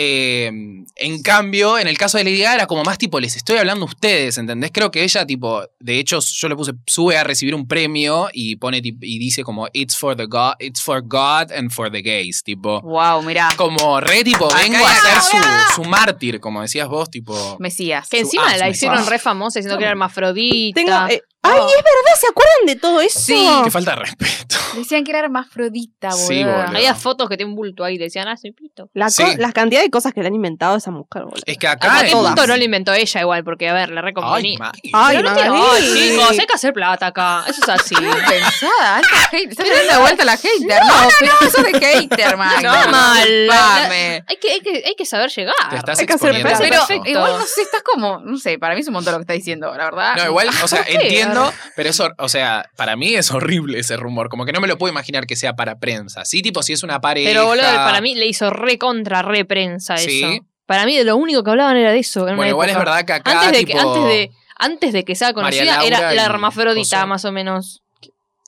Eh, en cambio, en el caso de Lady Gaga era como más tipo, les estoy hablando a ustedes, ¿entendés? Creo que ella, tipo, de hecho, yo le puse, sube a recibir un premio y pone tip- y dice como, it's for the God, it's for God and for the gays, tipo. Wow, mirá. Como re, tipo, Acá vengo hay a ser una su, su mártir, como decías vos, tipo. Mesías. Que Su encima asma, la hicieron su re famosa diciendo que era hermafrodita. Oh, Tengo, eh, ay, es verdad, ¿se acuerdan de todo eso? Oh. Sí. Qué falta de respeto. Decían que era hermafrodita, boludo. Sí, boludo. Había fotos que tiene un bulto ahí, decían, ah, soy pito. La Sí. co- Las cantidades de cosas que le han inventado a esa mujer, boludo. Es que ¿A acá. qué en- punto no lo inventó ella igual? Porque, a ver, la Ay, reconvenía. ma- Ay, Pero no tiene- Magali. Ay, chicos, hay que hacer plata acá. Eso es así. Pensada, alta hate. Estás dando la vuelta a la hater. No, no, no, eso de hater, man. No, mal. Disculpame. Hay que, hay, que, hay que saber llegar. te estás Hay que hacer exponiendo. plaza, a eso. Pero igual no sé, estás como, no sé, para mí es un montón lo que está diciendo, la verdad. No, igual, o sea, ah, ¿Por qué? entiendo, pero eso, o sea, para mí es horrible ese rumor. Como que no me lo puedo imaginar que sea para prensa. Sí, tipo, si es una pareja. Pero, boludo, para mí le hizo re contra, re prensa eso. Sí. Para mí de lo único que hablaban era de eso. en una Bueno, igual es época. verdad que acá. antes de que tipo, antes de antes de que sea María conocida Laura era la y hermafrodita José. más o menos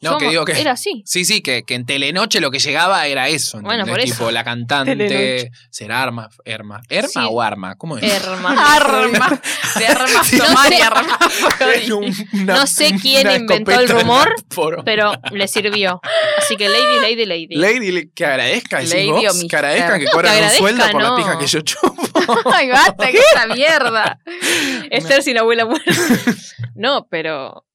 No, que Somos- digo que. era así Sí, sí, que, que en Telenoche lo que llegaba era eso. Bueno, ¿entendés? por eso. Tipo, la cantante. Telenoche. ¿Será Arma? ¿Herma? ¿Herma Sí. o Arma? ¿Cómo es? Ah, hermafrodita. Arma, de armas Sí, tomar y no sé. Es armas un- una- No sé quién una inventó el escopeta en rumor, la poro- pero le sirvió así que lady lady lady Lady, le- que agradezca, decís Lady vos, o mister. que agradezcan que No, que cobran un agradezca, sueldo por no. las pijas que yo chupo. Ay, basta, que esta mierda. Esther sin abuela muerta no pero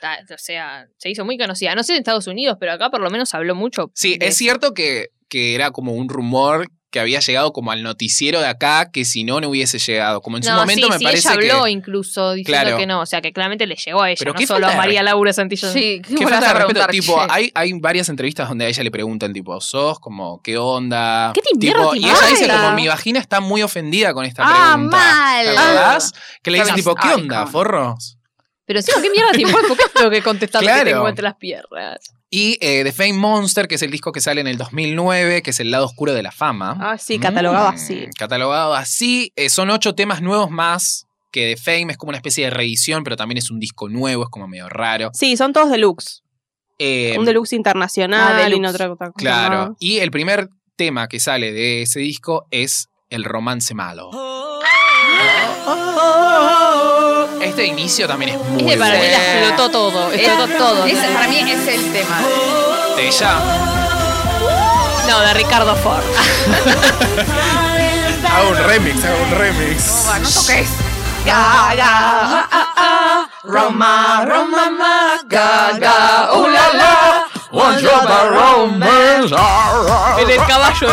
ta- o sea se hizo muy conocida no sé en Estados Unidos pero acá por lo menos habló mucho Sí, de es cierto que, que era como un rumor que había llegado como al noticiero de acá, que si no, no hubiese llegado. Como en su No, momento sí, me sí, parece ella habló que... incluso diciendo Claro. que no, o sea que claramente le llegó a ella, Pero no qué solo falta a de María Laura Santillán. Sí, ¿qué Qué me vas falta a de respeto, preguntar? tipo, che? hay, hay varias entrevistas donde a ella le preguntan, tipo, ¿sos como qué onda? ¿Qué te Tipo, invierno, y ella dice, Timara? como, mi vagina está muy ofendida con esta Ah, pregunta. mal. ¿Te acordás? Que le Ah. dicen, tipo, ¿qué Ay, onda, cómo. forros? Pero encima, ¿qué mierda te importa? ¿Por qué tengo que contestar lo Claro. que tengo entre las piernas? Y eh, The Fame Monster, que es el disco que sale en el 2009, que es el lado oscuro de la fama. Ah, sí, catalogado Mm, así. Catalogado así. Eh, son ocho temas nuevos más que de Fame. Es como una especie de reedición, pero también es un disco nuevo, es como medio raro. Sí, son todos deluxe. Eh, Un deluxe internacional ah, y deluxe. no otra otra cosa Claro. más. Y el primer tema que sale de ese disco es El Romance Malo. Este inicio también es muy Este para mí la bueno. explotó todo, explotó todo. Este, Ese para mí es el tema. De ella. No, de Ricardo Ford. Hago un remix, hago un remix. No toques. Ga, ga, ah, ah, ah. Roma, Roma, ma, ga, ga, ooh la la. Want your romance, En el caballo.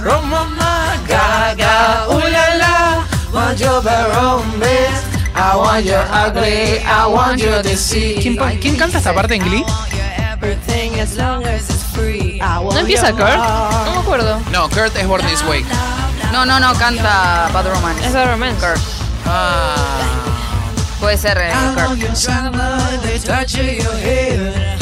Roma, ma, ga, ga, ooh la la. Want your romance. I want your ugly, I want your deceit. ¿Quién, pa- quién canta esta parte en Glee? Everything as long as it's free. I want ¿No empieza your Kurt? No me acuerdo. No, Kurt es Born This Way. No, no, no, canta Bad Romance. Es de Romance. Ah. Puede ser eh, I Kurt. want your summer, the touch of your hair.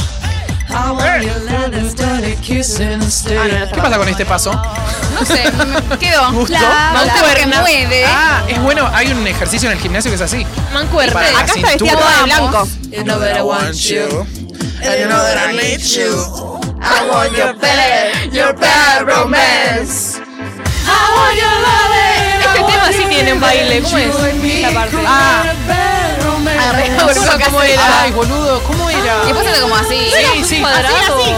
I want your land instead of kissing instead. ¿Qué pasa con este paso? No sé, me quedó. ¿Gusto? La, No, la cuerna. que mueve. Ah, es bueno, hay un ejercicio en el gimnasio que es así. Mancuerte. Para la Acá está cintura. vestida toda de blanco. You know that I want you. And you know that I need you. I want your bad, your bad romance. I want your love and Este I want tema sí your tiene un baile, ¿cómo revenge. es? You and me Esta parte. could Ah. have a bad romance. Ah, Eso, ¿cómo era? Ay, boludo, ¿cómo era? Y después hace como así. Sí, sí. Cuadrado.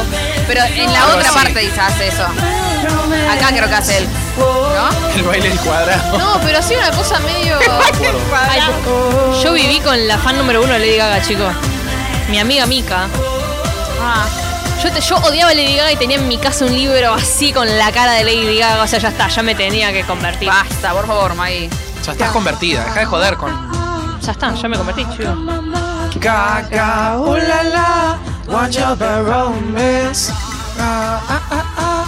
Pero en la Algo otra así. parte dice hace eso. Acá creo que hace él. ¿No? El baile del cuadrado. No, pero así una cosa medio. Ay, pues, yo viví con la fan número uno de Lady Gaga, chico. Mi amiga Mika. Ah. Yo, te- yo odiaba a Lady Gaga y tenía en mi casa un libro así con la cara de Lady Gaga. O sea, ya está, ya me tenía que convertir. Basta, por favor, Maggie. Ya estás convertida, deja de joder con. Ya está, ya me convertí, chico. Gaga, ooh la la, want your bad romance. Ah, ah, ah, ah.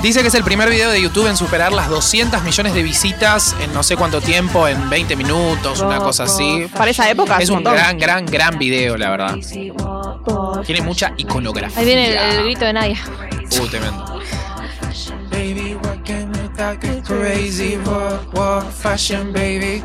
Dice que es el primer video de YouTube en superar las 200 millones de visitas en no sé cuánto tiempo, en 20 minutos, una cosa así. Para esa época Es un montón. gran, gran, gran video, la verdad. Tiene mucha iconografía. Ahí viene el, el grito de Nadia. Uh, tremendo. Baby, working it like a crazy walk, walk, fashion, baby.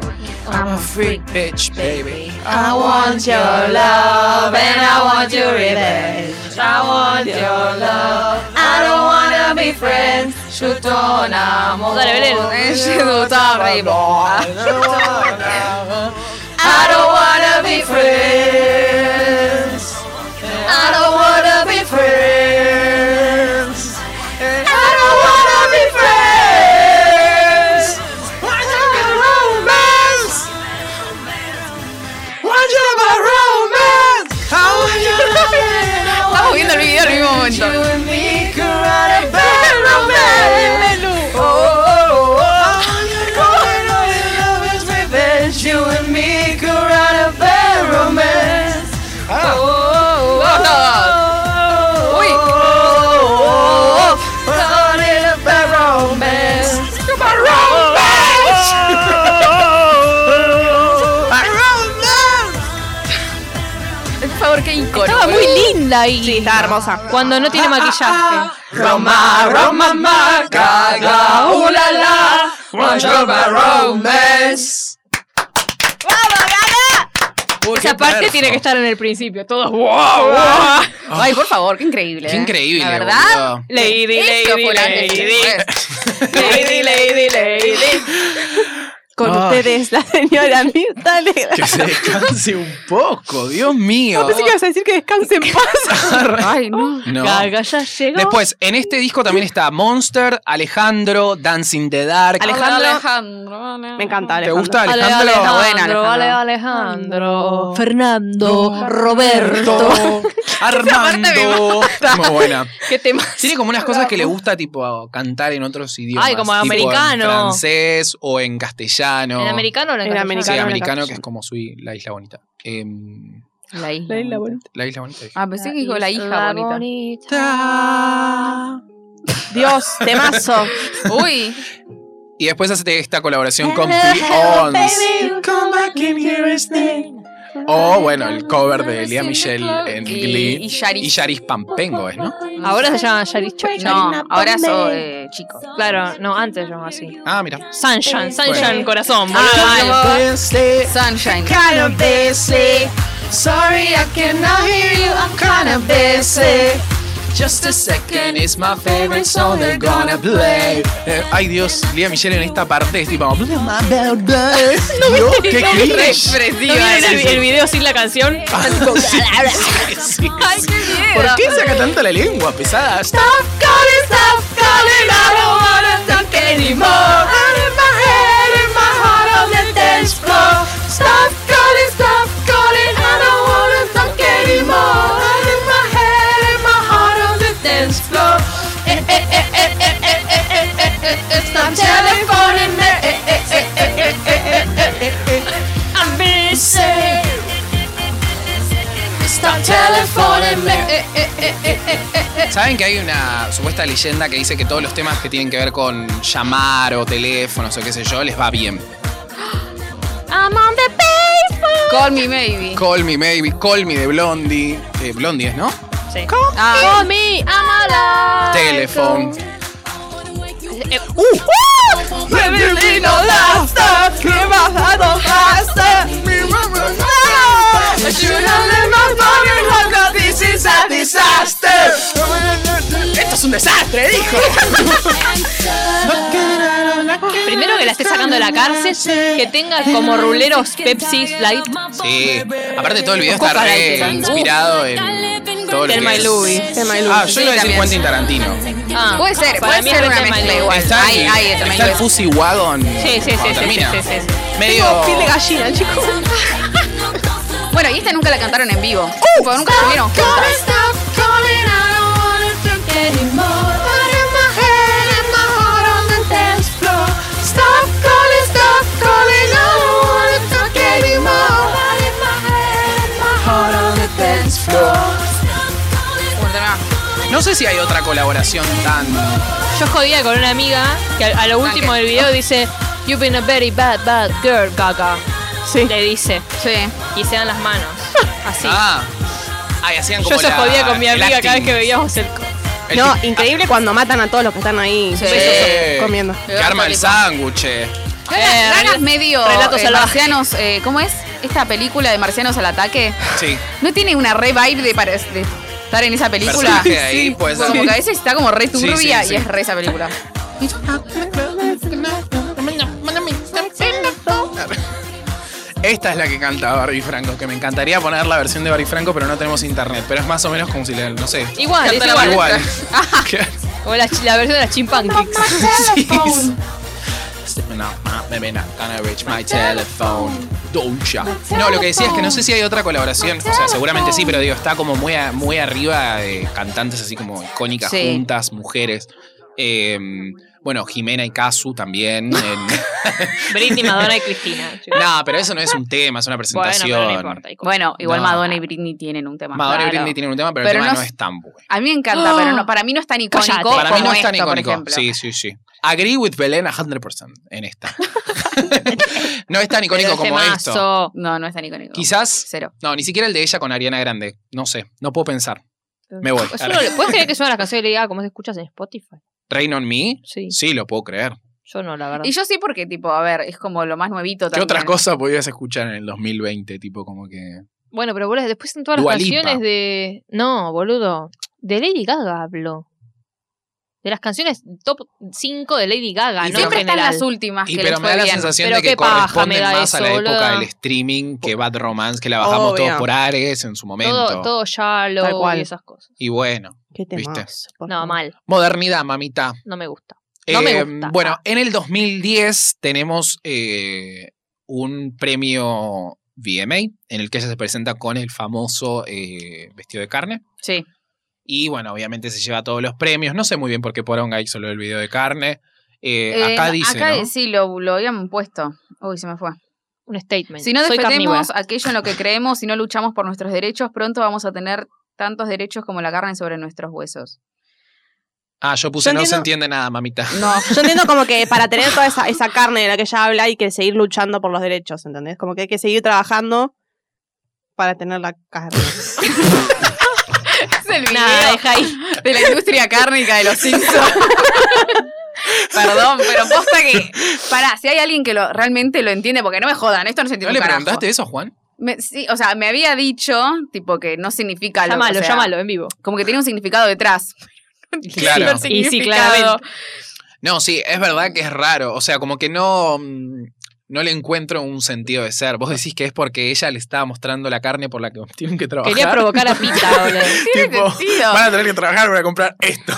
I'm a freak, Bitch, baby. I want your love and I want your revenge. I want your love. I don't wanna be friends. Shutonamo. Dale, Belén. I don't wanna be friends. I don't wanna be friends. I don't wanna be friends. Want you my romance? Want you my romance? I want your love and I Estamos viendo el video en el mismo want you momento. and me could write a bad romance. Oh, oh, oh, oh. Going on in love is revenge. You and me could write a bad romance. Ah. Oh, oh, oh, oh. Uy. Oh, oh, oh, oh. Going in a bad romance. Bad romance. Bad romance. Por favor, qué icono. Ah, Estaba muy linda ahí. Sí, Está hermosa. Cuando no tiene maquillaje. Roma, Roma, ma, ga, ga, ooh la la, want your bad romance. Uh, Esa qué parte perverso. tiene que estar en el principio. Todos. ¡Wow! Ay, por favor, qué increíble. Qué eh. increíble. La verdad. boludo. Lady, Eso lady, fue la pues. lady. Lady, lady, lady. Con Ay. ustedes, la señora Mirta Legrand. Que se descanse un poco, Dios mío. No pensé que ibas a decir que descanse en paz. Ay, no. No. Gaga ya llegó. Después, en este disco también está Monster, Alejandro, Dancing the Dark. Alejandro. Alejandro. Me encanta, ¿Te Alejandro. gusta Ale, Alejandro? Alejandro, Alejandro. Ale, Alejandro. Fernando, Roberto. Armando. Muy buena. ¿Qué tema? Tiene como unas cosas que le gusta, tipo, a- cantar en otros idiomas. Ay, como tipo americano. En francés o en castellano. ¿En americano o en En castellano? Sí, americano. americano, en que es como su, i- la isla bonita. Em, La isla. La isla bonita. la isla bonita. dije. Ah, pensé que dijo la hija bonita. Dios, temazo. Uy. Y después hace esta colaboración con The Ons. You come back in here and stay. O, bueno, el cover de Lea Michelle en Y- Glee. y Yaris. Y Yaris Pampengo es, ¿no? Ahora se llama Yaris Choi. No, ahora soy eh, chico. Claro, no, antes se llamaba así. Ah, mira. Sunshine, Sunshine, Bueno. corazón. Ah, boludo. no. Wednesday, Sunshine. kind of busy. Sorry, I cannot hear you. I'm kind of busy. Just a second, it's my favorite song they're gonna play. Eh, ay Dios, Lía Michelle en esta parte es tipo. "Blue my bad blood". Dios, qué cringe. ¿No expresiva. vieron el, el video sin la canción? Ah. Sí, sí, sí. Ay, qué miedo. ¿Por qué saca tanto la lengua pesada? ¿Saben que hay una supuesta leyenda que dice que todos los temas que tienen que ver con llamar o teléfonos o qué sé yo les va bien? Call me maybe. Call Me Maybe, Call Me de Blondie. Eh, Blondie es, ¿no? Sí. Ah, me, I'm alive. Telephone. Eh, ¡Uh! ¡Uh! Esto es un desastre, dijo. Primero que la esté sacando de la cárcel, que tenga como ruleros Pepsi Light. Sí. Aparte todo el video Coca está re Light. inspirado en todo lo que Thelma y es- Louis. Thelma y Louis. Ah, yo iba a decir también. Quentin Tarantino. Ah, Puede ser, para puede mí ser es una Thelma y mezcla Louis. igual. Está Ay, el, ay, de Thelma está y el Louis. Fuzzy Wagon. Sí, sí, sí, Ah, cuando sí, termina. sí, sí, sí. Medio. Tengo piel de gallina, chicos. Bueno, y esta nunca la cantaron en vivo. Tipo, nunca la tuvieron juntas. Bueno, termina. No sé si hay otra colaboración tan. Yo jodía con una amiga que a, a lo último Ah, ¿qué? del video dice You've been a very bad, bad girl, gaga. Sí. Le dice. Sí. Y se dan las manos. Así. Ah. Ay, hacían Yo como eso la- jodía con mi el amiga cada vez acting. que veíamos el... co- El No, tipo- increíble cuando matan a todos los que están ahí Sí. Sí. besos, comiendo. Que arma el sándwich. eh. Eh, Ranas relato- medio relato eh, salvaje. marcianos, eh, ¿cómo es? Esta película de marcianos al ataque. Sí. ¿No tiene una re vibe de, pare- de estar en esa película? Personaje ahí, puede ser. Como que a veces está como re turbia Sí, sí, sí. y es re esa película. Esta es la que canta Barry Franco, que me encantaría poner la versión de Barry Franco, pero no tenemos internet. Pero es más o menos como si le, no sé. Igual, es Canta la igual. Igual. O la, chi- la versión de las chimpankees. Sí. No, Este me ven, I'm gonna reach my telephone. Don't ya. No, lo que decía es que no sé si hay otra colaboración. O sea, seguramente sí, pero digo, está como muy, a- muy arriba de cantantes así como icónicas Sí. juntas, mujeres. Eh, bueno, Jimena y Casu también. en- Britney, Madonna y Cristina. chicos. No, pero eso no es un tema, es una Bueno, presentación. pero no importa. y como- Bueno, igual No. Madonna y Britney tienen un tema. Madonna y claro. Britney tienen un tema, pero, Pero el tema no no es- es tan bueno. A mí me encanta, Oh. pero no, para mí no es tan icónico Cállate. como Para mí no es tan esto, por icónico. ejemplo. Sí, sí, sí. Agree with Belén 100% en esta. no es tan Pero icónico el como esto. temazo. No, no es tan icónico. Quizás, Cero. no, ni siquiera el de ella con Ariana Grande. No sé, no puedo pensar. Me voy. Es Pues uno- ¿Puedes creer que es una canción canciones de Lady Gaga "Ah, como se escuchas en Spotify? Rain on Me, Sí. sí, lo puedo creer. Yo no, la verdad. Y yo sí porque, tipo, a ver, es como lo más nuevito ¿Qué también. otras cosas podías escuchar en el 2020? Tipo como que... Bueno, pero boludo, después en todas las Dua Lipa. canciones de. No, boludo. De Lady Gaga habló. De las canciones top 5 de Lady Gaga, Y no Siempre en están general. las Ah, últimas Y que pero les me fue da la bien. sensación Pero de que qué paja corresponde me da más a la eso, época boludo. del streaming que Bad Romance, que la bajamos Obvio. todos por Ares en su momento. todo, todo shallow Tal cual. y esas cosas. Y bueno, Qué Viste. temas. No, mal. modernidad, mamita. No me gusta. No me Eh, gusta. Bueno, Ah. en el 2010 tenemos eh, un premio VMA en el que ella se presenta con el famoso eh, vestido de carne. Sí. Y bueno, obviamente se lleva todos los premios. No sé muy bien por qué poronga hizo solo el video de carne. Eh, Eh, acá dice, acá ¿no? sí lo, lo habían puesto. Uy, se me fue. Un statement. Si no Soy carnívora. defendemos aquello en lo que creemos y no luchamos por nuestros derechos, pronto vamos a tener tantos derechos como la carne sobre nuestros huesos. Ah, yo puse Yo no se entiendo- entiende nada, mamita. No, Yo entiendo como que para tener toda esa, esa carne de la que ella habla hay que seguir luchando por los derechos, ¿entendés? Como que hay que seguir trabajando para tener la carne. es el video Nada, deja ahí. de la industria cárnica de los Simpsons. Perdón, pero posta que. Pará, si hay alguien que lo, realmente lo entiende, porque no me jodan, esto no se ¿No entiende. le un carajo. preguntaste eso, Juan? Me- sí, o sea, me había dicho, tipo, que no significa lo o Llámalo, sea, llámalo en vivo. Como que tiene un significado detrás. Claro. El Y sí, significado. claramente. No, sí, es verdad que es raro. O sea, como que no. mm, No le encuentro un sentido de ser. Vos decís que es porque ella le estaba mostrando la carne por la que tienen que trabajar. Quería provocar a Pita, boludo. Tiene Tipo, sentido. Van a tener que trabajar para comprar esto.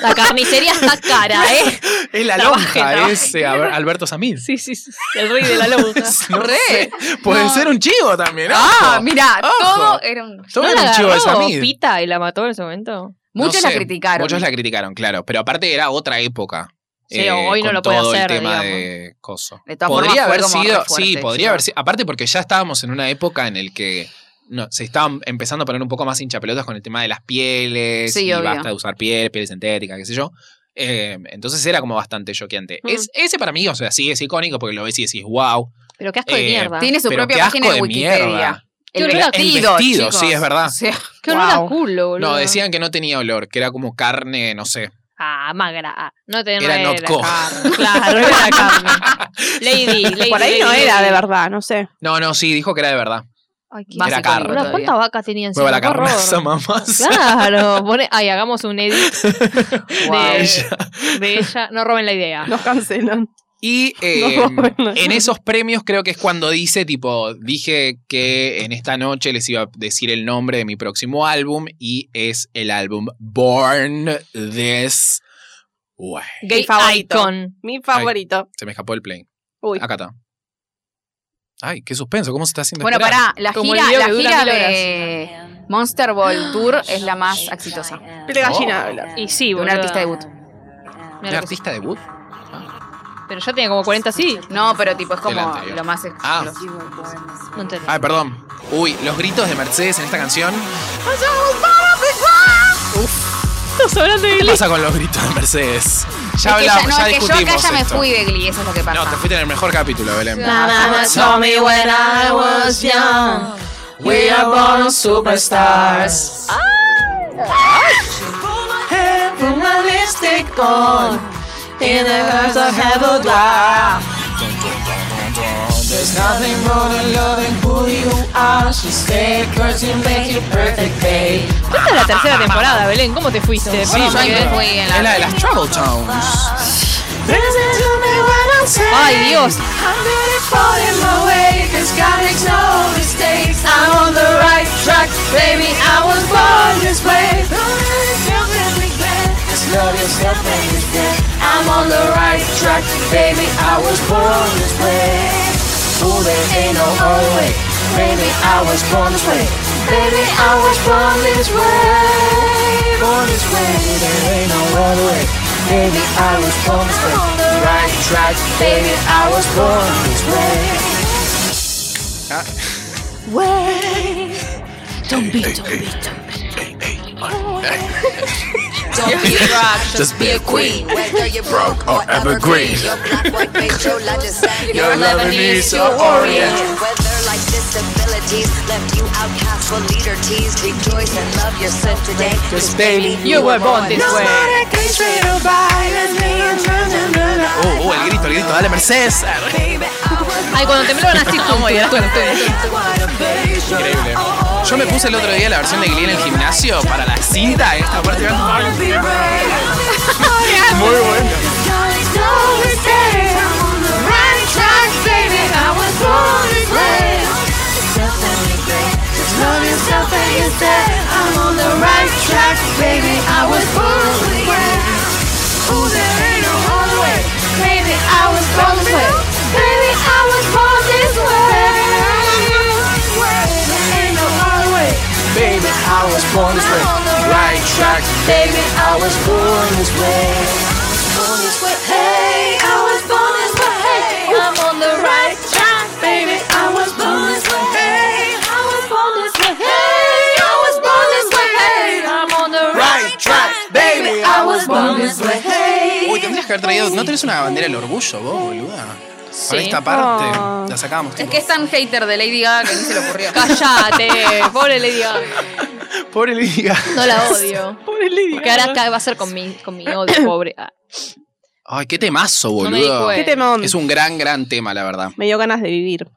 La carnicería está cara, ¿eh? Es la Trabaje, lonja, trabaje. es eh, Albert- Alberto Samir. Sí, sí, sí. El rey de la lonja. No Re. sé, Puede No. ser un chivo también. Ah, ojo. mira, Ojo. todo era un. Todo ¿No era la un chivo de agarró Samid. Pita y la mató en ese momento? No Muchos la sé, criticaron. Muchos la criticaron, claro. Pero aparte era otra época. eh, Sí, hoy no con lo puede todo hacer, El tema digamos. de coso. De todas podría formas, fue haber como sido. re fuerte, sí, podría encima. haber sido. Aparte, porque ya estábamos en una época en el que. No, se estaban empezando a poner un poco más hinchapelotas con el tema de las pieles. Sí, y obvio. basta de usar piel, piel sintética, qué sé yo. Eh, entonces era como bastante choqueante. Mm. Es, ese para mí, o sea, sí es icónico porque lo ves y decís, wow. Pero qué asco de Eh, mierda. Tiene su pero propia qué asco página de en Wikipedia. mierda. El, El vestido, vestido, chicos. sí, es verdad. O sea, Qué olor a Guau. culo, boludo. No, decían que no tenía olor, que era como carne, no sé. Ah, magra. ah, No te Era no Notco. carne. Claro, no era carne. Lady, lady. Por ahí no lady, era lady. de verdad, no sé. No, no, sí, dijo que era de verdad. Ay, qué Más Era icónico carne. Boludo, todavía. ¿Cuántas vacas tenían Mueva la encima? Qué horror. carnaza, mamás. Claro, pone- ay, hagamos un edit Guau. de, de ella. No roben la idea. Nos cancelan. Y eh, No, bueno. en esos premios creo que es cuando dice, tipo, dije que en esta noche les iba a decir el nombre de mi próximo álbum y es el álbum Born This Way. Gay Mi favorito. icon. Mi favorito. Se me escapó el plane. Uy. Acá está. Ay, qué suspenso, ¿cómo se está haciendo? Bueno, esperar? pará, la Como el gira, video la que dura gira mil horas. de Monster Ball Tour es la más exitosa. Pile Oh. gallina. habla. Y sí, De un boludo. artista debut. ¿Un Mira, artista debut? Pero ya tenía como 40 sí. No, pero tipo, es Del como anterior. lo más exitoso. Ah. No entendí. Ay, perdón. Uy, los gritos de Mercedes en esta canción. Estás hablando de ¿Qué pasa con los gritos de Mercedes? Ya es que hablamos, ya, no, ya es que yo discutimos acá ya me esto. fui de Glee, eso es lo que pasa. No, te fuiste en el mejor capítulo, Belén. Mama told me when I was young, We are born superstars. Esta es la tercera temporada, Belén. ¿Cómo te fuiste? Sí, Perdón, yo ahí es porque- me fui en la- la de las Trouble Towns. Ay, Dios. Don't be rock, just be a queen. Whether you're broke Oh, or evergreen. Your black, white, beige, your Lajistan, your Lebanese, your Orient. Whether like disabilities left you outcast or leader teased, rejoice and love yourself today. Cause baby, You were born this way. Uh, uh, el grito, el grito. Dale, Mercedes. Ay, cuando te temblaron así, tú, tú, tú, Increíble. Yo me puse el otro día la versión de Glee en el gimnasio para la cinta. Esta parte Muy bueno. Baby, I was born this way. Right track. Baby, I was born this way. Born this way. Hey, I was born this way. Hey, I'm on the right track. Baby, I was born this way. Hey, I was born this way. Hey, I was born this way. Hey, I'm on the right track. Baby, I was born this way. Hey. Uy, tendrías que haber traído. ¿No tenés una bandera del orgullo vos, boluda? Para esta Ah. parte. La sacamos. Es tipo. que es tan hater de Lady Gaga que ni se le ocurrió. Cállate, pobre Lady Gaga. Pobre Lidia. No la odio. Pobre Lady Porque ahora acá va a ser con mi, con mi odio, pobre. Ah. Ay, qué temazo, No me di boludo. cuenta. ¿Qué temón? es un gran, gran tema, la verdad. Me dio ganas de vivir.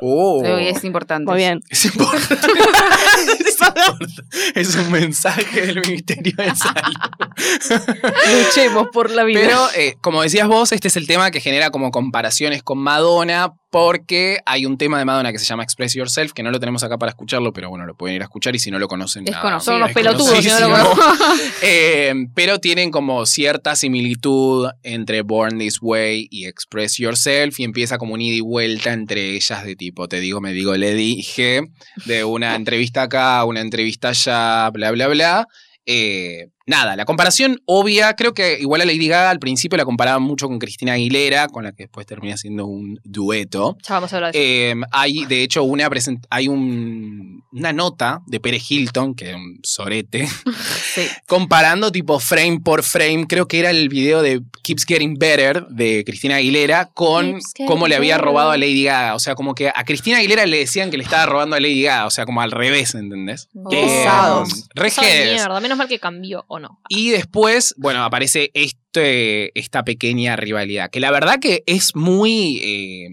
Oh. Sí, es importante. Muy bien. Es importante. Es importante. Es un mensaje del Ministerio de Salud. Luchemos por la vida. Pero, eh, como decías vos, este es el tema que genera como comparaciones con Madonna, porque hay un tema de Madonna que se llama Express Yourself, que no lo tenemos acá para escucharlo, pero bueno, lo pueden ir a escuchar y si no lo conocen, nada, Desconocido. Son unos es pelotudos si no lo conocidísimo. Eh, pero tienen como cierta similitud entre Born This Way y Express Yourself, y empieza como un ida y vuelta entre ellas de tipo, te digo, me digo, le dije, de una entrevista acá, una entrevista allá, bla, bla, bla. Eh, nada, la comparación obvia, creo que igual a Lady Gaga al principio la comparaban mucho con Cristina Aguilera, con la que después termina siendo un dueto. Ya vamos a hablar de eso. Eh, hay, de hecho, una, presen- hay un- una nota de Pérez Hilton, que es un sorete, Sí. comparando tipo frame por frame, creo que era el video de Keeps Getting Better de Cristina Aguilera con Keeps getting cómo le había better. robado a Lady Gaga. O sea, como que a Cristina Aguilera le decían que le estaba robando a Lady Gaga, o sea, como al revés, ¿entendés? Pesados. Eh, re Esa heads. mierda. Menos mal que cambió o no. Y después, bueno, aparece este, esta pequeña rivalidad, que la verdad que es muy, eh,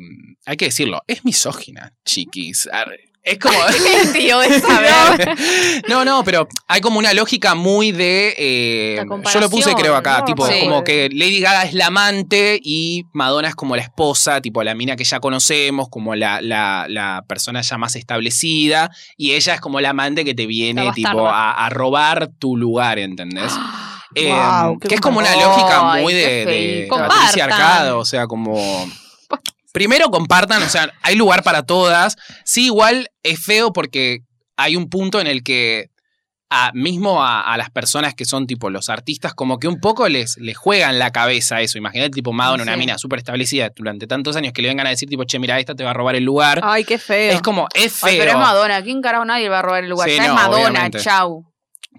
hay que decirlo, es misógina, chiquis. Arre. Es como... Tío, es saber. No, no, pero hay como una lógica muy de. eh, La yo comparación, lo puse, creo, acá. ¿no? tipo, Sí. como que Lady Gaga es la amante y Madonna es como la esposa, tipo la mina que ya conocemos, como la, la, la persona ya más establecida. Y ella es como la amante que te viene, La tipo, bastarda. a, a robar tu lugar, ¿entendés? Eh, Guau, qué que es como una comparación. lógica Ay, muy qué de, de feíto. Patricia Compartan. Arcado, o sea, como. Primero compartan, o sea, hay lugar para todas. Sí, igual es feo porque hay un punto en el que a- mismo a, a las personas que son tipo los artistas, como que un poco les, les juegan la cabeza eso. Imagínate tipo Madonna, una Sí. mina súper establecida durante tantos años que le vengan a decir tipo, che, mira, esta te va a robar el lugar. Ay, qué feo. es como, es feo. Ah, Ay, pero es Madonna. ¿Quién carajo nadie va a robar el lugar? Sí, ya no, es Madonna, obviamente. chau.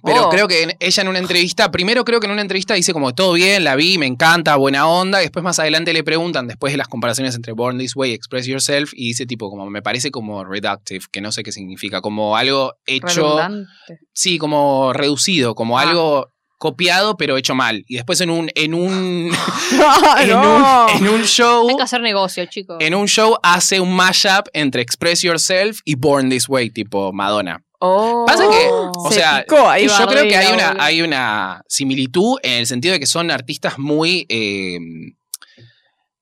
Pero Oh. creo que en- ella en una entrevista, primero creo que en una entrevista dice como todo bien, la vi, me encanta, buena onda. Y después más adelante le preguntan, después de las comparaciones entre Born This Way, Express Yourself, y dice tipo como me parece como reductive, que no sé qué significa, como algo hecho, Redundante. sí, como reducido, como Ah. algo copiado pero hecho mal. Y después en un, en un, en Ay, no. un, en un show, Hay que hacer negocio, chicos. Uh. en un show hace un mashup entre Express Yourself y Born This Way, tipo Madonna. Oh. Pasa que, o Se sea, picó ahí, y yo creo que bardea, hay una, boludo. hay una similitud en el sentido de que son artistas muy. eh,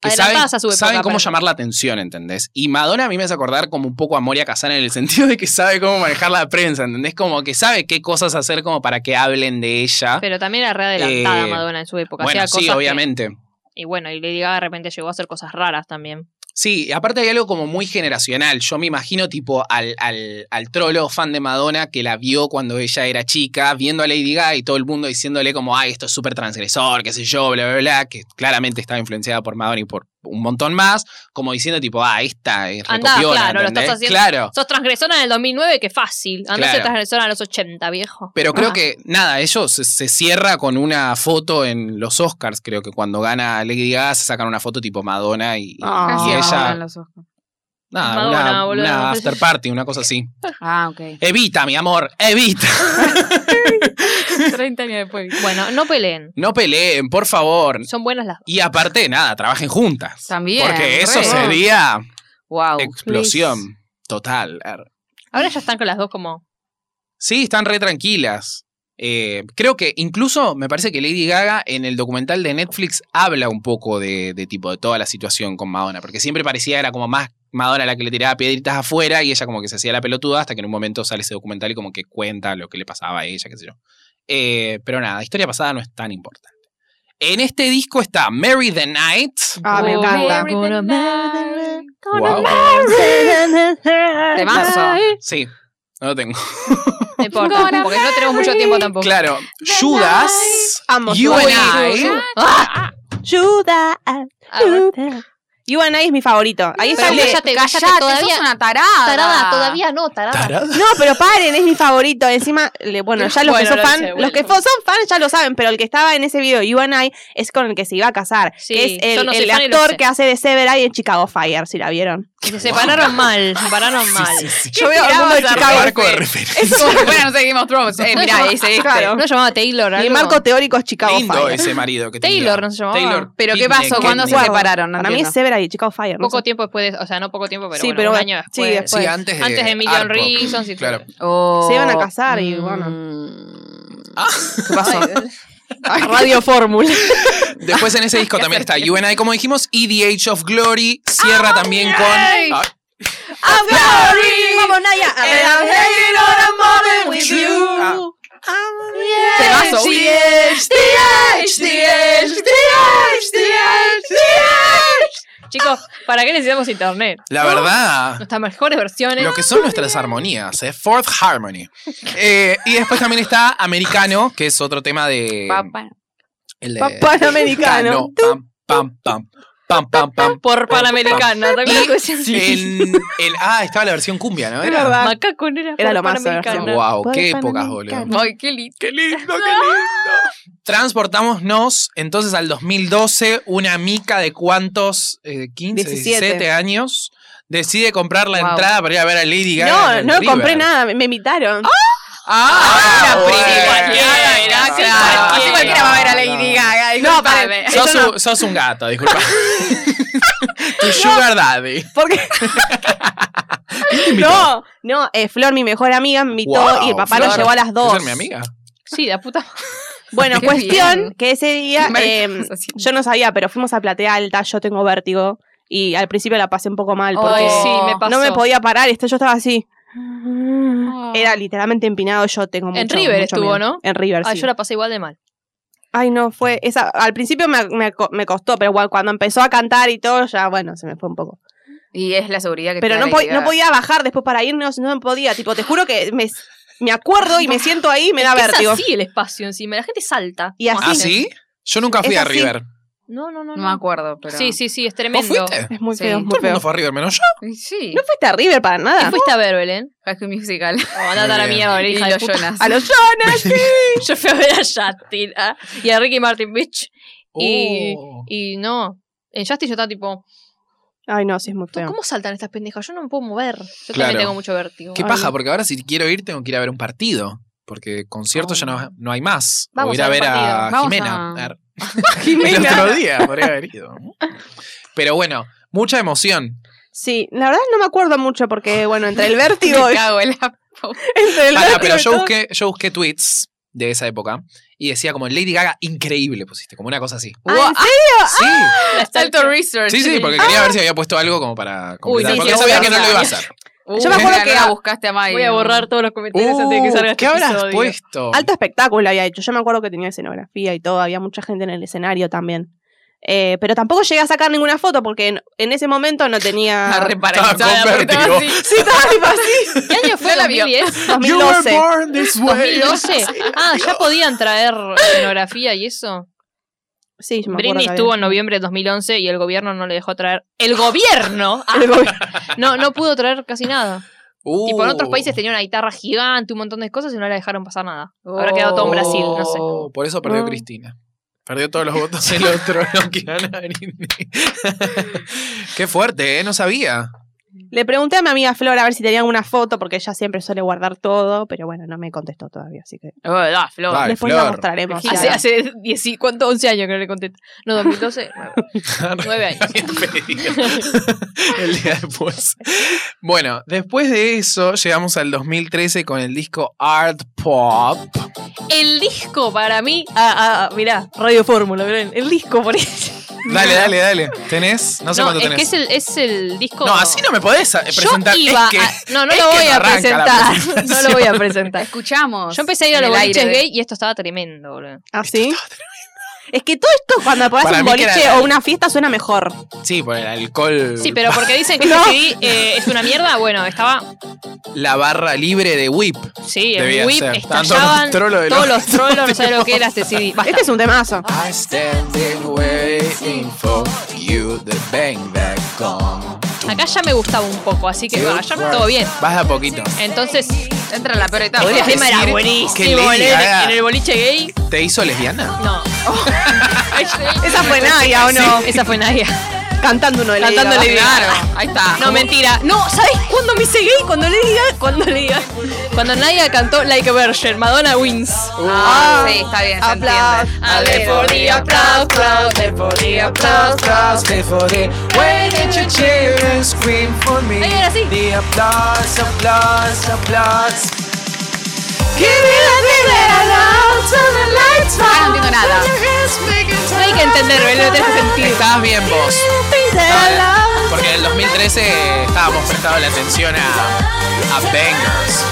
que saben, Adelantadas a su época, saben cómo aparte. llamar la atención, ¿entendés? Y Madonna a mí me hace acordar como un poco a Moria Casana en el sentido de que sabe cómo manejar la prensa, ¿entendés? Como que sabe qué cosas hacer como para que hablen de ella. Pero también era re adelantada Eh, Madonna en su época. bueno, hacía sí, cosas que- obviamente. y bueno, y Lady Gaga de repente llegó a hacer cosas raras también. Sí, y aparte hay algo como muy generacional. Yo me imagino tipo al, al, al trolo fan de Madonna que la vio cuando ella era chica, viendo a Lady Gaga y todo el mundo diciéndole como, ay, esto es súper transgresor, qué sé yo, bla, bla, bla, que claramente estaba influenciada por Madonna y por un montón más, como diciendo tipo, ah, esta es Andá, recopiona, claro, lo ¿entendés? estás haciendo- Claro. Sos transgresora en el 2009, que fácil. Andás a ser Claro. transgresora en los 80, viejo. Pero creo Ah. que, nada, ellos se, se cierra con una foto en los Oscars, creo que cuando gana Lady Gaga se sacan una foto tipo Madonna y, y- Ah. Casi y me ella, abren los ojos. nada, Madonna, una- boludo. una after party, una cosa así. Ah, ok. Evita, mi amor, evita. 30 años después. Bueno, no peleen. No peleen, por favor. Son buenas las. Y aparte, nada, trabajen juntas. También. porque eso re. sería Wow. explosión total. Er. Ahora ya están con las dos como. Sí, están re tranquilas. Eh, creo que incluso me parece que Lady Gaga en el documental de Netflix habla un poco de, de tipo de toda la situación con Madonna, porque siempre parecía era como más Madonna la que le tiraba piedritas afuera y ella como que se hacía la pelotuda hasta que en un momento sale ese documental y como que cuenta lo que le pasaba a ella, qué sé yo. Eh, pero nada, historia pasada no es tan importante. En este disco está Mary the Night. Ah, me Oh, encanta. Mary the Night. Wow. Temazo. Sí, no lo tengo. No importa, porque no tenemos mucho tiempo tampoco. Claro, Judas, Amo You Judas. and I. Ayuda. ayuda. You and I es mi favorito. Ahí Pero está el de- vos ya te cállate todavía. sos una tarada. Tarada, todavía no, tarada. No, pero paren, es mi favorito. Encima, le- bueno, ya los Bueno, que son lo fan, sé, los que bueno. fo- son fan ya lo saben, pero el que estaba en ese video, You and I, es con el que se iba a casar. Sí, que es yo el, no soy el fan y lo actor sé. que hace de Severai en Chicago Fire, si la vieron. Se separaron mal, se separaron mal. Yo veo al mundo de Chicago. Marco de referencia. Es como, bueno, no sé, Game of Thrones. Eh, No mirá, llamaba- ese, este. Claro. ¿No llamaba Taylor Mi algo? marco teórico es Chicago Lindo Fire. ese marido que Taylor, tenía. no se llamaba. Pero, ¿qué Pitney, pasó? ¿Cuándo se Ketney. Guarda, separaron? No Para mí entiendo. es Severide y Chicago Fire. no Poco sé. tiempo después de, o sea, no poco tiempo, pero Sí, bueno, pero un bueno, año sí, después. después. Pues, Sí, antes de. Antes de Million Art Pop. Reasons y todo. Claro. Oh, Se iban a casar y, bueno. mm. ¿Qué pasó? Ay, Radio Fórmula. Después en ese disco también está You and I, como dijimos, y The Age of Glory cierra también con. Ah, I'm sorry. Vamos, Naya. And I'm hanging on a moment with you. ah, Te vas, edge, Obi. Chicos, ¿para qué necesitamos internet? la verdad. Nuestras mejores versiones. Lo que son nuestras armonías, ¿eh? Fourth Harmony. Eh, y después también está Americano, que es otro tema de. Papá. el de- Papá americano. Pam, pam, pam. Pam, pam, pam. Por Panamericana, ¿te acuerdas que decían? En el, ah, estaba la versión cumbia, ¿no? Es Era- verdad. Macaco no era, Era por lo más Panamericana. gracioso. Wow, Por qué el épocas, Panamericano. boludo. Ay, qué lindo. Qué lindo, qué lindo. Transportámonos entonces al 2012, una mica de cuántos, eh, 15, 17. 17. años, decide comprar la Wow. entrada para ir a ver a Lady Gaga. No, en no River. compré nada, me me invitaron. Ah, La bueno. prima, cualquiera, mirá, Ah, claro. no, Así cualquiera va a ver a Lady Gaga. No, para- disculpame. no. Sos, un- sos un gato, disculpa. tu sugar daddy. Porque. no, no, eh, Flor, mi mejor amiga, me invitó Wow, y el papá lo Flor, llevó a las ¿quieres dos. ser mi amiga? Sí, la puta. Bueno, Qué cuestión bien. que ese día Primera eh, conversación. yo no sabía, pero fuimos a Platea Alta, yo tengo vértigo y al principio la pasé un poco mal porque Ay, Oh. sí, me pasó. Ah. no me podía parar, este, yo estaba así. Era literalmente empinado, yo tengo mucho En River mucho estuvo, miedo. ¿no? En River, Ah, sí. yo la pasé igual de mal. Ay, no, fue esa al principio me, me co- me costó, pero igual cuando empezó a cantar y todo, ya bueno, se me fue un poco. Y es la seguridad que Pero te no, da po- Lady no Gaga. podía bajar después para irnos, no podía. Tipo, te juro que me, me acuerdo y me siento ahí y me da vértigo. Es así el espacio encima, la gente salta. Y así. ¿Ah, sí? Yo nunca fui Es a así. River. No, no, no. No me acuerdo, pero. Sí, sí, sí, es ¿Vos tremendo. fuiste? Es muy Sí. feo, es Todo muy el mundo feo. fue a River, menos yo. Y Sí. No fuiste a River para ¿Qué nada. fuiste a ver, Belén? High School Musical. Oh, andate a la bien. mierda, Belén, Y hija de los puta. Jonas. A los Jonas. Yo fui a ver a Justin ah, y a Ricky Martin, bitch. Y- Oh. Y no. En Justin yo estaba tipo, Ay, no, sí, es muy "Tú, feo. ¿cómo saltan estas pendejas? Yo no me puedo mover. Yo Claro. también tengo mucho vértigo. Qué Ay. paja, porque ahora si quiero ir tengo que ir a ver un partido. Porque conciertos ya no, no hay más. O Vamos ir a a ver ver un a partido. Vamos Jimena. a- A ver. El otro día podría haber ido. Pero bueno, mucha emoción. Sí, la verdad no me acuerdo mucho porque, bueno, entre el Me vértigo. cago en la- entre el Pará, vértigo pero y yo todo. busqué, yo busqué tweets de esa época y decía como Lady Gaga increíble pusiste, como una cosa así. Ah, ¿en serio? Sí, La Salto stalker. Research. sí, sí, porque quería ver si había puesto algo como para completar, sí, porque sí, sabía obvio, que no lo obvio. iba a hacer. Uh, Yo me acuerdo no que la a- buscaste a May. Voy a borrar todos los comentarios antes de que Uh, salga ¿Qué este habrás episodio. puesto? Alto espectáculo había hecho. Yo me acuerdo que tenía escenografía y todo, había mucha gente en el escenario también. Eh, pero tampoco llegué a sacar ninguna foto porque en, en ese momento no tenía. La reparalizada. Ah, Estaba con porque estaba así. Sí, estaba tipo así. ¿Qué año fue? No la vio. 2010. You were 2012. born this way. 2012. Ah, ya podían traer escenografía y eso. Sí, yo me acuerdo. Britney que había- estuvo en noviembre de 2011 y el gobierno no le dejó traer. ¡El gobierno! Ah, El gobierno. no, no pudo traer casi nada. Uh. Tipo, en otros países tenía una guitarra gigante, un montón de cosas y no la dejaron pasar nada. Habrá quedado todo en Brasil, no sé. Mm. Oh, Por eso perdió Ah. Cristina. Perdió todos los votos el otro. no quedaron a Britney. Qué fuerte, ¿eh? No sabía. Le pregunté a mi amiga Flor a ver si tenía alguna foto porque ella siempre suele guardar todo, pero bueno, no me contestó todavía, así que Oh, da, Flor. Ay, después Flor. la mostraremos. Hace, hace 10 y- ¿cuánto? 11 años que no le contesté. No, 2012. nueve. Nueve años. Había pedido. el día después. Bueno, después de eso llegamos al 2013 con el disco Art Pop. El disco para mí. Ah, ah, ah, mirá, Radio Fórmula, Belén. El disco por eso. Dale, dale, dale. ¿Tenés? No sé No, cuánto es tenés. que es el, es el disco. No, así no me podés eh, Yo presentar. Es iba que- a- No, no es lo que voy no a arranca la presentar. No lo voy a presentar. Escuchamos. Yo empecé a ir a en los el boliches aire. gay y esto estaba tremendo, boludo. ¿Así? ¿Ah, Es que todo esto cuando pones Para un mí que era boliche la- o una fiesta suena mejor. Sí, por el alcohol. Sí, pero porque dicen que No. este CD eh, es una mierda, bueno, estaba. La barra libre de Whip. Sí, Debía el whip ser. Tanto estallaban. los trolos de todos los- los trolos, no sabía lo que era este CD. Basta. Este es un temazo. I standing waiting for you the bang that gone. Acá ya me gustaba un poco, así que Ah, va, ya todo bien. Vas a poquito. Entonces, Entra la peor etapa. Podrías el tema Ah, era decir que buenísimo, Lady boludo. En Gaga- el- en el boliche gay, ¿Te hizo lesbiana? no. Esa fue Nadia, ¿o no? Esa fue Nadia. Cantando uno de Lady Cantando Gaga. Lady Gaga. Claro, ahí está. No, mentira. No, ¿sabes cuándo me hice gay? Cuando le diga, cuando le diga. Cuando Naya cantó Like a Virgin, Madonna wins. Ah, sí, está bien, se Aplausos. entiende. A ver, por día, aplausos, aplausos, Applause, applause, play for the Why did you cheer and scream for me? Ay, ahora sí. The applause, applause, applause. Ah, no entiendo nada. No hay que entenderlo, él lo tenés que sentir. Estabas bien vos. Estabas- Porque en el 2013 estábamos prestando la atención a, a Bangers.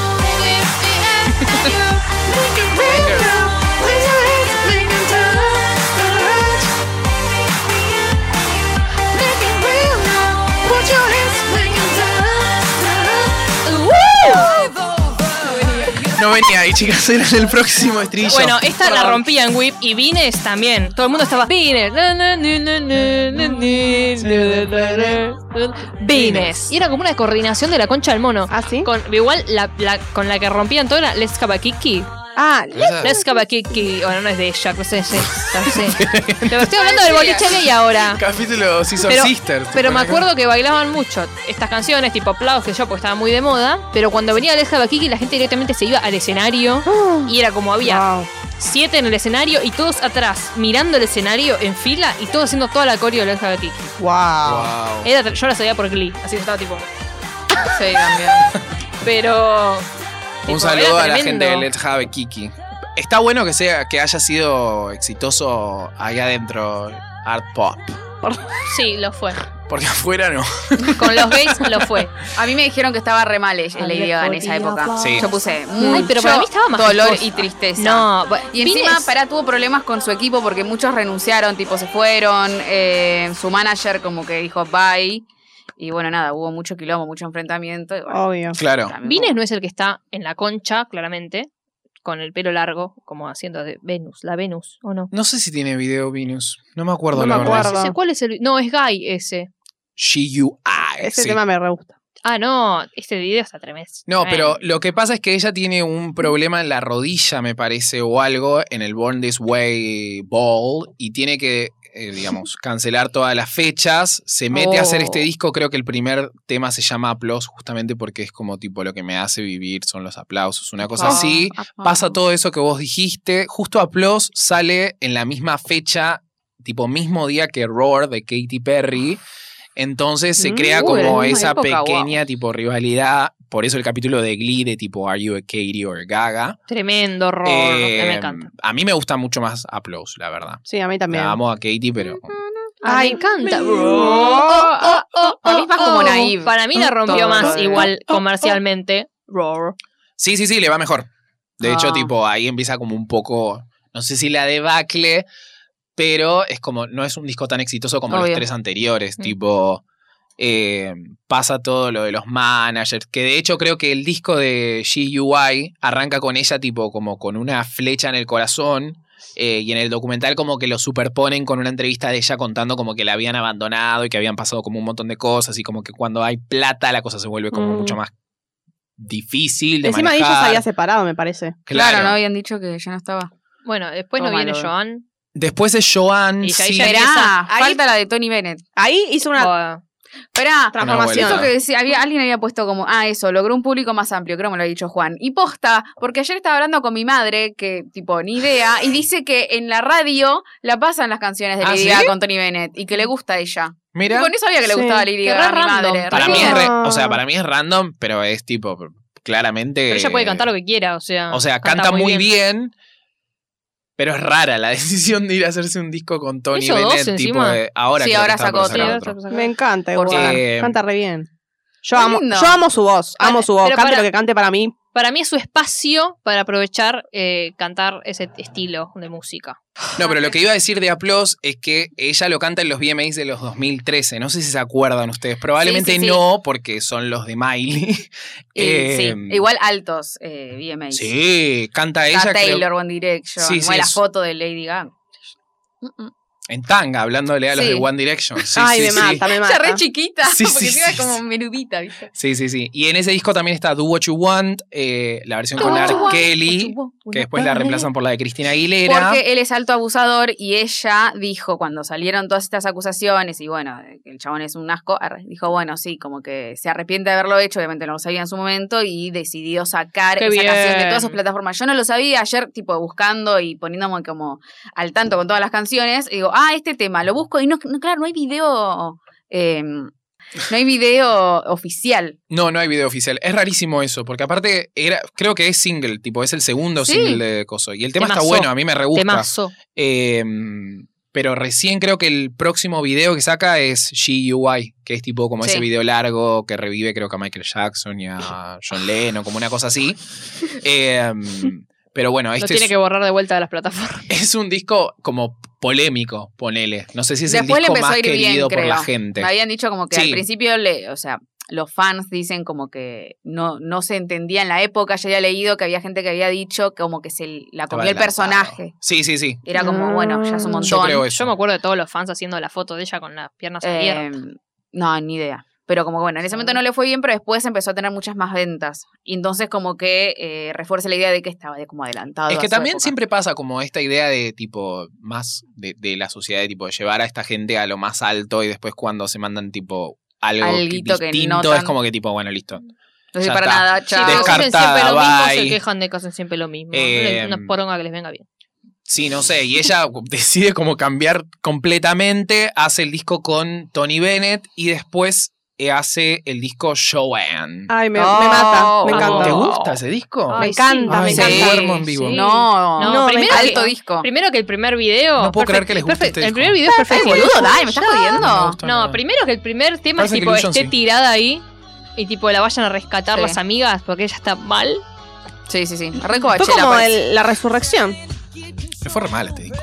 No venía ahí, chicas, era en el próximo estribillo. Bueno, esta la Perdón. rompía en Whip y Vines también. Todo el mundo estaba. Vines. na, na, na, na, na, na, na, na, na, Vines. Y era como una coordinación de la concha del mono. ¿Ah, sí? Con, igual la, la- con la que rompían todo era Let's Kabakiki. Ah, Esa- Let's Kabakiki. Bueno, no es de ella, no sé, es esta, no sé. Pero estoy hablando del boliche gay ahora. Capítulo Season Pero, Sisters. pero me acuerdo que bailaban mucho estas canciones, tipo Plaus, que yo, porque estaba muy de moda. Pero cuando venía Alex Bakiki, la gente directamente se iba al escenario. Y era como había wow. siete en el escenario y todos atrás, mirando el escenario en fila y todos haciendo toda la coreo de Alex Bakiki. wow. Wow. Era, yo la sabía por Glee, así que estaba tipo. Ah, Sí, también. Pero. Un tipo, saludo era a la gente E de tremendo. Let's Have a Kiki. Está bueno que sea que haya sido exitoso allá adentro Art Pop. Sí, lo fue. Porque afuera no. Con los gays lo fue. A mí me dijeron que estaba re mal ella- Lady Gaga en esa época. Sí. Yo puse Ay, pero para mucho mí estaba más dolor costosa. y tristeza. No, bu- Y encima, Pines- Pará tuvo problemas con su equipo porque muchos renunciaron, tipo se fueron. eh, su manager, como que dijo bye. Y bueno, nada, hubo mucho quilombo, mucho enfrentamiento. y bueno, Obvio. Claro. también Vines no es el que está en la concha, claramente, con el pelo largo, como haciendo de Venus, la Venus, ¿o no? No sé si tiene video Venus. No me acuerdo No la me verdad. acuerdo. No sé cuál es el. No, es Guy ese. She U I. Ese sí. tema me re gusta. Ah, no, este video está tremendo. No, pero Tremendo. lo que pasa es que ella tiene un problema en la rodilla, me parece, o algo, en el Born This Way Ball, y tiene que, eh, digamos, cancelar todas las fechas. Se mete a hacer Oh. este disco, creo que el primer tema se llama Aplausos, justamente porque es como tipo lo que me hace vivir son los aplausos, una cosa Ah, así. ah, Pasa todo eso que vos dijiste, justo Aplausos sale en la misma fecha, tipo mismo día que Roar de Katy Perry. Entonces se Mm, crea uh, como la misma esa época, pequeña tipo rivalidad. Por eso el capítulo de Glee de tipo Are You a Katy or a Gaga. Tremendo horror. Eh, me encanta. a mí me gusta mucho más Applause, la verdad. Sí, a mí también. La amo a Katy, pero Mm, Ay, Ay, me encanta. Oh. Para mí es más como Naive. Para mí la rompió Todo. más, igual comercialmente. Roar. sí, sí, sí, le va mejor. De Ah. hecho, tipo ahí empieza como un poco, no sé si la debacle, pero es como no es un disco tan exitoso como Obvio. los tres anteriores. Mm. Tipo eh, pasa todo lo de los managers, que de hecho creo que el disco de GUI arranca con ella tipo como con una flecha en el corazón. eh, y en el documental como que lo superponen con una entrevista de ella contando como que la habían abandonado y que habían pasado como un montón de cosas y como que cuando hay plata la cosa se vuelve como Mm. mucho más difícil de Encima de manejar. ella se había separado, me parece. Claro, Claro, no habían dicho que ya no estaba. Bueno, después no Todo viene malo. Joan. Después es Joan. Y ya sí. ella Esperá, empieza- ahí- falta la de Tony Bennett. Ahí hizo una Oh, Eh, Esperá, transformación. Eso que decía, había, alguien había puesto como, ah, eso, logró un público más amplio, creo que me lo ha dicho Juan. Y posta, porque ayer estaba hablando con mi madre, que tipo, ni idea, y dice que en la radio la pasan las canciones de ¿Ah, Lady sí? Gaga con Tony Bennett y que le gusta a ella. Mira, Tipo, no sabía que le Sí. gustaba Lady Que Gaga re a mi random. madre. para re mí es random. re- Ah. o sea, para mí es random, pero es tipo claramente pero ella puede cantar lo que quiera, o sea. O sea, canta, muy bien. pero es rara la decisión de ir a hacerse un disco con Tony Hizo dos Bennett, tipo encima. de- ahora Sí, creo que ahora estaba sacó por otro. sacar Sí, ahora otro. Me encanta Por igual. Eh, canta re bien. Yo Qué amo, lindo. yo amo su voz, amo su voz. Pero Cante para- lo que cante para mí. Para mí es su espacio para aprovechar eh, cantar ese estilo de música. No, Ah, pero lo que iba a decir de Aplausos es que ella lo canta en los VMAs de los 2013. No sé si se acuerdan ustedes. Probablemente Sí, sí, sí. no, porque son los de Miley. Y, sí, Eh, igual altos eh, VMAs. Sí, canta ella. Está creo- Taylor, One Direction, Sí, sí, igual la es- foto de Lady Gaga. En tanga, hablándole a los Sí. de One Direction. Sí, Ay, sí, me sí. mata, me mata. Ya re chiquita, Sí, porque sí, encima sí, es como sí. merudita, ¿viste? Sí, sí, sí. Y en ese disco también está Do What You Want, eh, la versión con R. Kelly, que después la reemplazan por la de Cristina Aguilera. Porque él es alto abusador y ella dijo, cuando salieron todas estas acusaciones, y bueno, el chabón es un asco, arre, dijo, bueno, sí, como que se arrepiente de haberlo hecho, obviamente no lo sabía en su momento, y decidió sacar Qué esa canción de bien. todas sus plataformas. Yo no lo sabía ayer, tipo, buscando y poniéndome como al tanto con todas las canciones, y digo, ah, este tema, lo busco, y no, no, claro, no hay video... eh, no hay video oficial. No, no hay video oficial. Es rarísimo eso, porque aparte era, creo que es single, tipo, es el segundo Sí. single de Coso. Y el tema está Temazo. bueno, a mí me re gusta. Temazo. Eh, pero recién creo que el próximo video que saca es GUI, que es tipo como Sí. ese video largo que revive creo que a Michael Jackson y a John Lennon, como una cosa así. Eh, pero bueno, Lo este tiene es, que borrar de vuelta de las plataformas. es un disco como polémico, ponele. No sé si es Después el disco le empezó más a ir bien, querido por creo. la gente. Me habían dicho como que Sí. al principio, le, o sea, los fans dicen como que no, no se entendía en la época. Yo había leído que había gente que había dicho como que se la Estaba comía el adelantado. personaje. Sí, sí, sí. Era como, bueno, ya es un Yo montón. Yo creo eso. Yo me acuerdo de todos los fans haciendo la foto de ella con las piernas abiertas. Eh, no, ni idea. Pero como que, bueno, en ese Mm. momento no le fue bien, pero después empezó a tener muchas más ventas. Y entonces como que eh, refuerza la idea de que estaba de como adelantado. Es a que su también época. siempre pasa como esta idea de tipo, más de, de la sociedad, de tipo, de llevar a esta gente a lo más alto y después cuando se mandan tipo algo Alguito que no distinto, es tan- como que tipo, bueno, listo. No sé ya para está. nada, Sí, chao. pero Descarta- hacen siempre lo Descartada, mismo, bye. se quejan de que hacen siempre lo mismo. Eh, una poronga que les venga bien. Sí, no sé, y ella decide como cambiar completamente, hace el disco con Tony Bennett y después eh, hace el disco Joanne. Ay, me, Oh. me mata, me encanta. ¿Te gusta ese disco? Me Ay, encanta, me Ay, encanta. duermo en vivo. No, No, no, primero alto que- disco. Primero que el primer video. No puedo creer perfect- que les guste perfect- este El disco. primer video es Ay, perfecto. eh, boludo, dai, me estás jodiendo. gusta No, nada. primero que el primer tema Parece que es tipo Illusion esté sí. tirada ahí y tipo la vayan a rescatar Sí. las amigas porque ella está mal. Sí, sí, sí. Re Fue Coachella como parece. el- la resurrección. Me fue re mal este disco.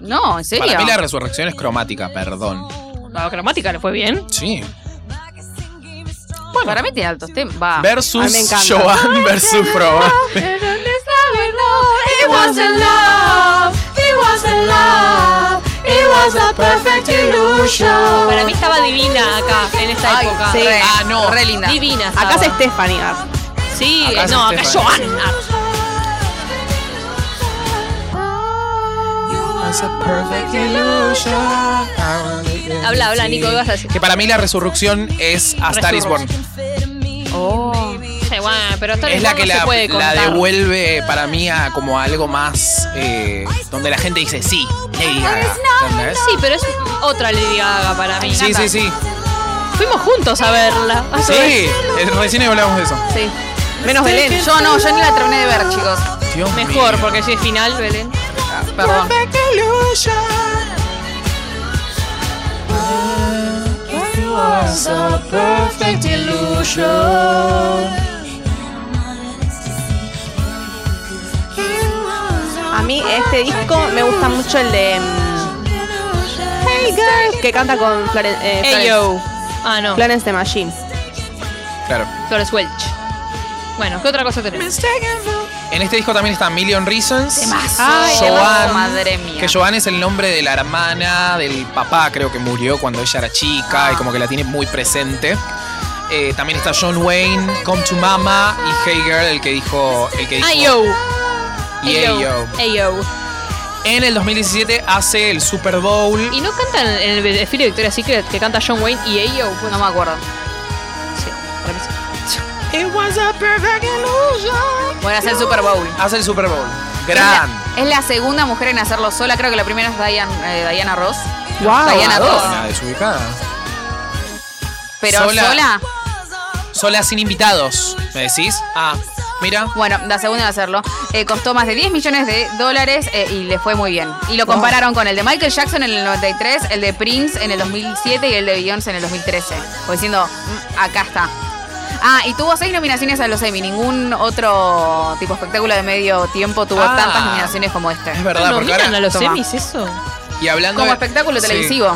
No, en serio. Para mí la resurrección es cromática, perdón. La cromática le fue bien. Sí. Para Ah, mí tiene altos temas. Va. Ay, Versus me encanta. Joanne versus Proba. It wasn't love, it wasn't love, it was a perfect illusion. Para mí estaba divina acá en esta época. sí. Re, Ah, no. Re linda. Divina. Acá es estaba. Stephanie. ah. Sí, Acá es no, acá es Estefan. Johanna. Habla, habla, Nico, ¿qué vas a decir? Que para mí la resurrección es a Star is Born. Oh. Sí, bueno, pero esta Es la que no se la, puede la contar. devuelve eh, para mí a como algo más eh, donde la gente dice sí, Lady Gaga. ¿entendés? Sí, pero es otra Lady Gaga para mí. Sí, sí, sí. Fuimos juntos a verla. a su Sí, vez. eh, recién hablamos de eso. Sí. Menos Belén. Yo no, yo ni la terminé de ver, chicos. Dios Mejor, mío. porque si es final, Belén. Perdón. A mí este disco me gusta mucho el de mm, Hey Girl, que canta con Floren- eh, Florence, Hey, yo. Ah, no. Florence de Machine. Claro. Flores Welch. Bueno, ¿qué otra cosa tenemos? En este disco también está Million Reasons. Ay, Joan, temazo, madre mía. Que Joan es el nombre de la hermana del papá, creo que murió cuando ella era chica y como que la tiene muy presente. Eh, también está John Wayne, Come to Mama y Hey Girl, el que dijo. El que dijo Ay, yo. y Ay, Hey Yo. Ay, yo. En el 2017 hace el Super Bowl. ¿Y no cantan en el desfile de Victoria's Secret que canta John Wayne y ellos? Pues no me acuerdo. Sí, para mí sí. Bueno, es el Super Bowl. Hace el Super Bowl. Gran. Es la segunda mujer en hacerlo sola. Creo que la primera es Diana, eh, Diana Ross. Wow. Diana Ross. Madonna, desubicada. Pero Sola. sola. Sola sin invitados, ¿me decís? Ah, mira. Bueno, la segunda en hacerlo. Eh, costó más de 10 millones de dólares eh, y le fue muy bien. Y lo compararon con el de Michael Jackson en el 93, el de Prince en el 2007 y el de Beyoncé en el 2013. O diciendo, "Mm, acá está. Ah, y tuvo seis nominaciones a los Emmy. Ningún otro tipo espectáculo de medio tiempo tuvo Ah. tantas nominaciones como este. Es verdad, ¿No porque nominan a ahora. los Toma. semis eso? Y hablando. de- Como espectáculo Sí. televisivo.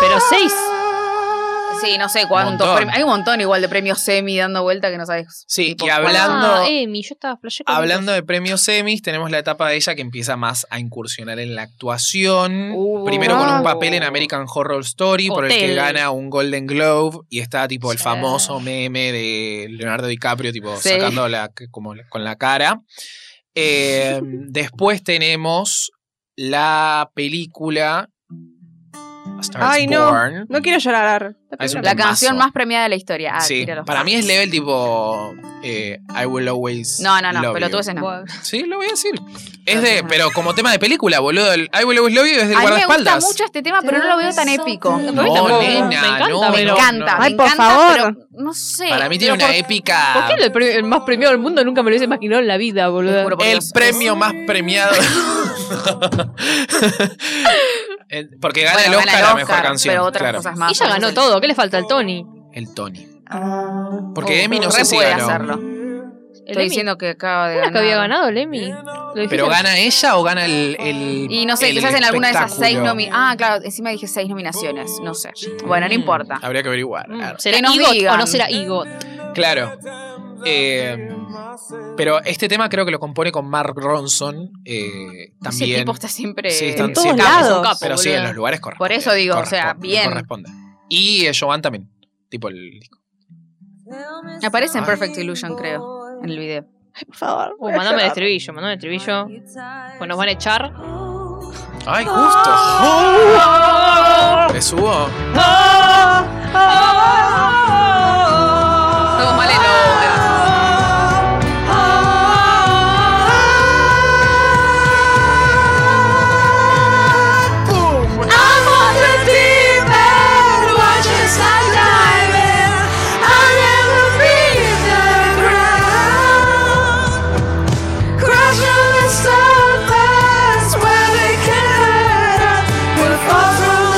Pero seis. Sí, no sé cuántos Montón. premios. Hay un montón igual de premios semi dando vuelta que no sabes. Sí, tipo, y hablando, Ah, Emi, yo estaba flasheando. hablando de premios semis, tenemos la etapa de ella que empieza más a incursionar en la actuación. Uh. Primero con Ah. un papel en American Horror Story, por el que Hotel. gana un Golden Globe y está tipo el Sí. famoso meme de Leonardo DiCaprio, tipo Sí. sacando la, como la- con la cara. Eh, después tenemos la película A Star is Ay, no. Born. No quiero llorar. Ah, es un La temazo. canción más premiada de la historia. Ah, sí, tíralo. para mí es level tipo eh, I will always. No, no, no, love pero tú you. ese no. Sí, lo voy a decir. Es No, de, no. pero como tema de película, boludo. El I Will Always Love You es del A mí me gusta guardaespaldas. mucho este tema, pero no lo veo tan épico. No, tampoco. nena, Me encanta, no, me pero- no, encanta. no. me Ay, por encanta, favor. pero no sé. Para mí tiene Pero una por- épica. ¿Por qué el, pre- el más premiado del mundo nunca me lo hubiese imaginado en la vida, Te boludo? juro por El Dios. premio más premiado. El- Porque gana Bueno, el Oscar gana la el mejor Oscar, canción. Pero otras claro. cosas más. Ella ganó Entonces, todo, ¿qué le falta al Tony? El Tony. oh, Porque Emi no re sé si puede ganó. hacerlo. El Estoy Emmy. diciendo que acaba de ¿Era ganar. que había ganado el Emmy? Lo dijiste Pero al- gana ella o gana el. el- Y no sé, el quizás en alguna de esas seis espectáculo? nominaciones. Ah, claro, encima dije seis nominaciones. No sé. Bueno, no Mm, importa. Habría que averiguar. Mm, claro. ¿Será Que nos Igot o digan. no será Igot? Claro. Eh, pero este tema creo que lo compone con Mark Ronson eh, también. Ese tipo está siempre. Sí, están En todos siempre- lados. es un capo, pero sí, boludo. en los lugares correctos. Por eso digo, o sea, bien. Corresponde. Y eh, Joan también. Tipo el disco. Aparece en Ah. Perfect Illusion, creo, en el video. Ay, por favor. Uh, mandame el estribillo, mandame el estribillo. Pues nos van a echar. ¡Ay, justo! Me Ah. subo. Todo mal en lo-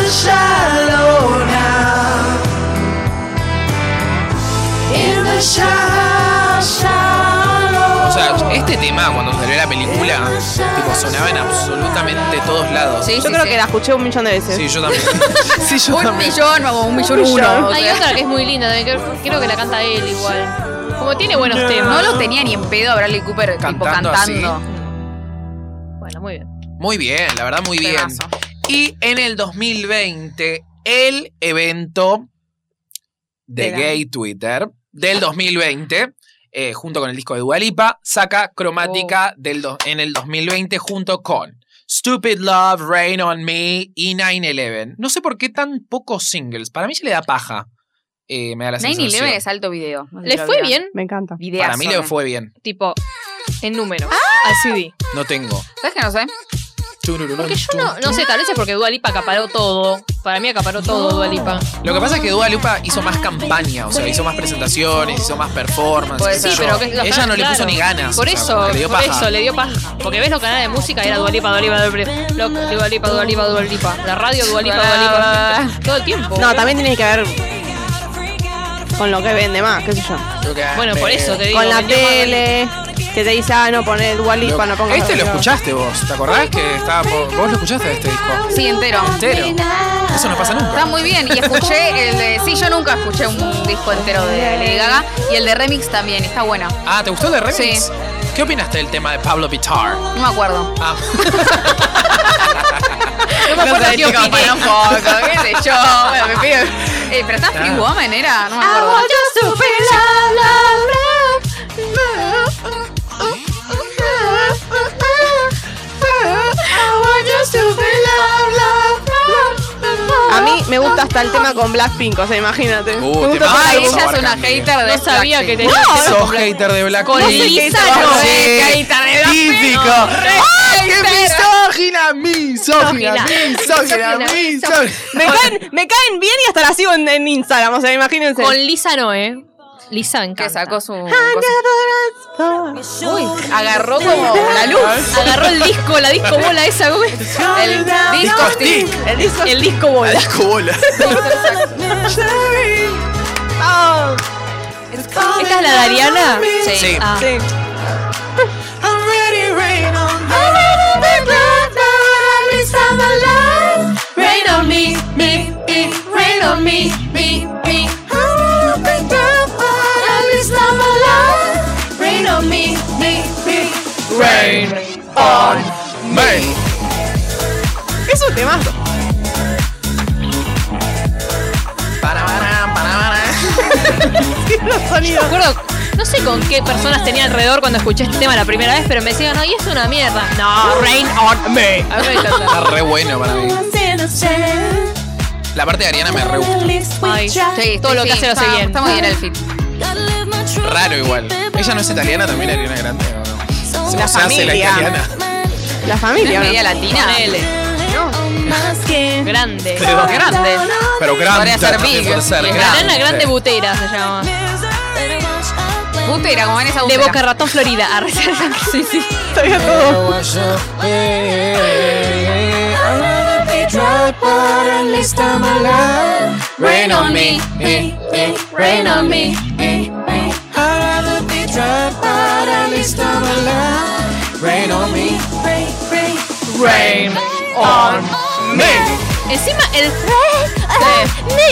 Shallow now in the shallow, shallow. O sea, este tema cuando salió la película, tipo, sonaba en absolutamente todos lados. Sí, Yo sí, creo sí. que la escuché un millón de veces. Sí, yo también. sí, yo Un también. millón o un millón millón. uno. o Hay sea. otra que es muy linda, también, que- creo que la canta él igual. Como tiene buenos temas. Este, No lo tenía ni en pedo a Bradley Cooper, tipo Ah. Cantando cantando. Bueno, muy bien. Muy bien, la verdad, muy bien. Temazo. Y en el 2020, el evento de Era. Gay Twitter del 2020, eh, junto con el disco de Dualipa, saca Cromática Oh. del do- en el 2020 junto con Stupid Love, Rain on Me y 9-11. No sé por qué tan pocos singles. Para mí se le da paja. Eh, me da la 9 sensación. Eleven es alto video. No sé si ¿Le lo fue vieron. bien? Me encanta. Videazo, Para mí le ¿no? fue bien. Tipo, en número. Al CD. No tengo. ¿Sabes que no sé? Porque yo no, no sé, tal vez es porque Dualipa acaparó todo. Para mí acaparó todo Dualipa. Lo que pasa es que Dua Lipa hizo más campaña, o sea, hizo más presentaciones, hizo más performance. Puede qué ser. sé Sí, yo. pero que ella no le puso ni ganas. Por o sea, eso, como que le dio por paja. eso le dio paja. Porque ves los canales de música y era Dualipa, Dualipa, Dualipa, Dualipa, Dualipa, Dualipa. La radio Dualipa, Dualipa. Todo el tiempo. No, también tiene que ver con lo que vende más, qué sé yo. Creo que- Bueno, por me- eso te digo. con la vendió más tele, que te dice, ah, no, poné Dualipa, no pongas. Este lo escuchaste vos, ¿te acordás que estaba po- vos lo escuchaste este disco? Sí, entero. Entero. Eso no pasa Está nunca. muy bien. Y escuché el de. Sí, yo nunca escuché un disco entero de Lady Gaga. Y el de remix también, está bueno. Ah, ¿te gustó el de remix? Sí. ¿Qué opinaste del tema de Pablo Pitar? No me acuerdo. Ah, No me acuerdo sé, qué chico, opiné. para un poco, qué sé yo. Bueno, me pido. Eh, pero está Ah. Free Woman, era. No me acuerdo. A mí me gusta hasta el tema con Blackpink, o sea, imagínate. Uh, me gusta temazo. todo Ay, el Vamos ella a es una abarcar bien. hater de No sabía que Blackpink. tenía. sos hater de Black Con Eyed Elisa Peas. no, Sí. eh, que hater de Black Eyed Peas. Típico. No, re ¡Ay, qué hater. misógina! ¡Misógina! ¡Misógina! Misógina, ¡Misógina! Me caen, me caen bien y hasta la sigo en, en Instagram, o sea, imagínense. Con Lisa no, ¿eh? Lisa encanta. Que sacó su. cosa. Uy, agarró como la Ah, luz. Agarró el disco, la disco bola esa, ¿cómo es? El disco stick. El disco. El disco bola. La cola. Oh, ¿Esta es la de Ariana? Sí. Ah. sí. Rain on me, me, me, rain hate on me, me, me. I don't think that but at least I'm alive. Rain on me, me, me. Rain on me. Es un tema. Para, para, para, para. Los Yo me sonidos. acuerdo, no sé con qué personas tenía alrededor cuando escuché este tema la primera vez, pero me decían, no, y es una mierda. No, Rain on me. A mí me encanta. Ah, Está re bueno para mí. La parte de Ariana me re gusta. Ay, Sí, todo sí, lo que sí, hace lo hace está- bien. Está muy bien el fit. Raro igual. Ella no es italiana también, Ariana Grande. ¿o no? La O se hace la familia. italiana. ¿No La es familia. media latina? Ponele. Grande. Pero grande. Pero grande. Podría ser también big. puede ser Es Ariana Grande grande. Butera se llama. Butera, como Vanessa De Butera. Boca Ratón, Florida. Ah, sí, sí. Sabía todo. Rain on me. Rain on me, me, me. Rain on me. Rain, rain. Rain on me. Encima el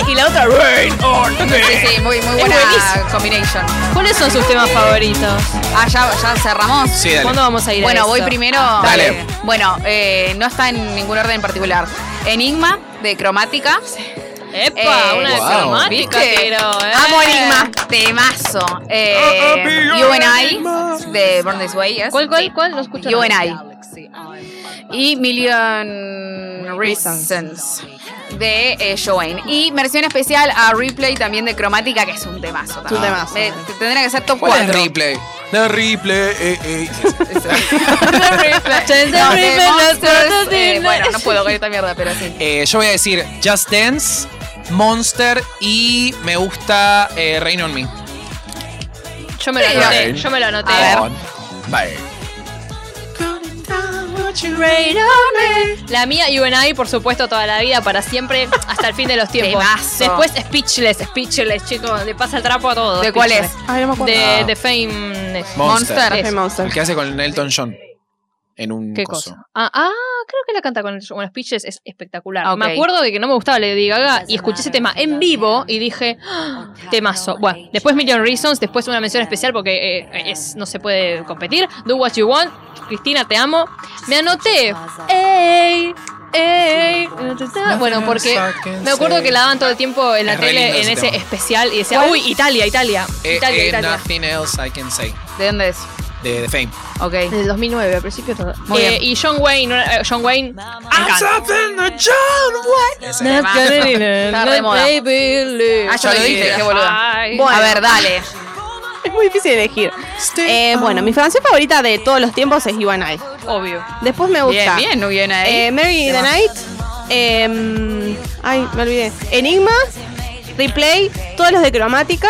y la otra Rain on Sí, me. sí, muy, muy buena buenísimo. combination. ¿Cuáles son sus temas favoritos? Ah, ya, ya cerramos. Sí, dale. ¿Cuándo vamos a ir a Bueno, voy esto? Ah, primero. Dale. Eh, Bueno, eh, no está en ningún orden en particular. Enigma de cromática. ¡Epa! Eh, una de wow. cromática, ¿Viste? pero, eh. Amo Enigma. Temazo. Ah, Eh, you and I de Born This Way. yes. ¿Cuál, cuál, cuál? No escucho You and nada. I. Y Million Reasons de eh, Joanne. Y versión especial a Replay también de Cromática, que es un temazo. también. temazo. Me- tendría que ser top ¿Cuál es 4. replay? No, replay. eh, eh. No, de Replay, Monsters, no, no, eh, no. bueno, no puedo con esta mierda, pero sí. Eh, yo voy a decir Just Dance, Monster y me gusta eh, Rain on Me. Yo me lo Sí. anoté, Bien. yo me lo anoté. A On me. La mía, You and I, por supuesto, toda la vida, para siempre, hasta el fin de los tiempos. Temazo. Después, Speechless, Speechless, chicos, le pasa el trapo a todos. ¿De cuál Speechless. Ay, no me acuerdo. De, Ah. de Fame. Monster. Fame Eso. Monster. El que hace con Elton John. En un ¿Qué coso. cosa? Ah, ah, creo que la canta con, con los pitches, es espectacular. Ah, Ok. Me acuerdo de que no me gustaba Lady Gaga y escuché ese tema en vivo y dije, "Ah, temazo. Bueno, después Million Reasons, después una mención especial porque eh, es, no se puede competir. Do What You Want, Cristina, te amo. Me anoté. Ey, ey. Bueno, porque me acuerdo que la daban todo el tiempo en la Es re lindo tele en ese ese tema. especial y decía, uy, Italia, Italia, Eh, Italia, eh, Italia. nothing else I can say. ¿De dónde es? De The Fame. Ok. Del 2009, al principio todo. Muy Eh, bien. y John Wayne, no era- eh, John Wayne, me encanta. Ese. Ah, Está re de moda. Ah, ya lo dije, qué boluda. A ver, dale. Es muy difícil elegir. Eh, bueno, mi canción favorita de todos los tiempos es You and I. obvio. Después me gusta. Bien, bien, no viene ahí. Eh, Mary the Night. em, ay, me olvidé. Enigma. Replay. Todos los de cromática.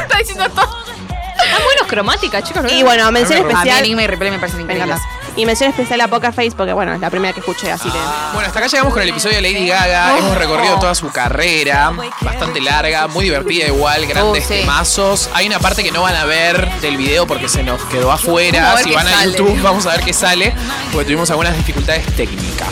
está diciendo todo. Están buenos cromáticas, chicos. ¿no? y bueno, mención A mí A mí especial. Enigma y Replay me parecen Me increíbles. encanta. Y mención especial a Poker Face porque, bueno, es la primera que escuché, así que. Bueno, hasta acá llegamos con el episodio de Lady Oh. Gaga. Hemos recorrido toda su carrera, bastante larga, muy divertida igual, grandes Oh, sí. temazos. Hay una parte que no van a ver del video porque se nos quedó afuera. Vamos a ver Si qué van a sale. YouTube, vamos a ver qué sale, porque tuvimos algunas dificultades técnicas.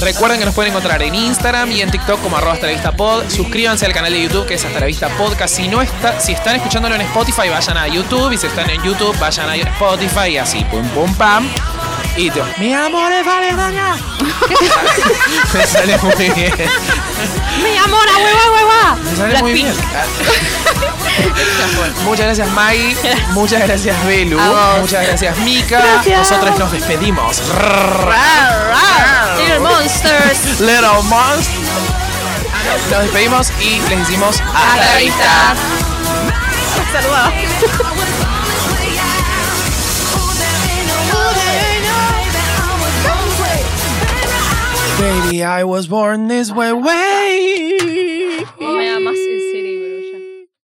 Recuerden que nos pueden encontrar en Instagram y en TikTok como arroba hasta la vista pod. Suscríbanse al canal de YouTube que es hasta la vista podcast. Si no está, si están escuchándolo en Spotify, vayan a YouTube. Y si están en YouTube, vayan a Spotify y así, pum pum pam. Y te- mi amor es Valeriana. Me sale muy bien. ¡Mi amor, a hueva, hueva! Me sale muy bien. Muchas gracias Maggie, muchas gracias Belu, muchas gracias Mika. Nosotros nos despedimos. Little Monsters. Little Monster. Nos despedimos y les decimos hasta, la vista. Baby, I was born this way, way.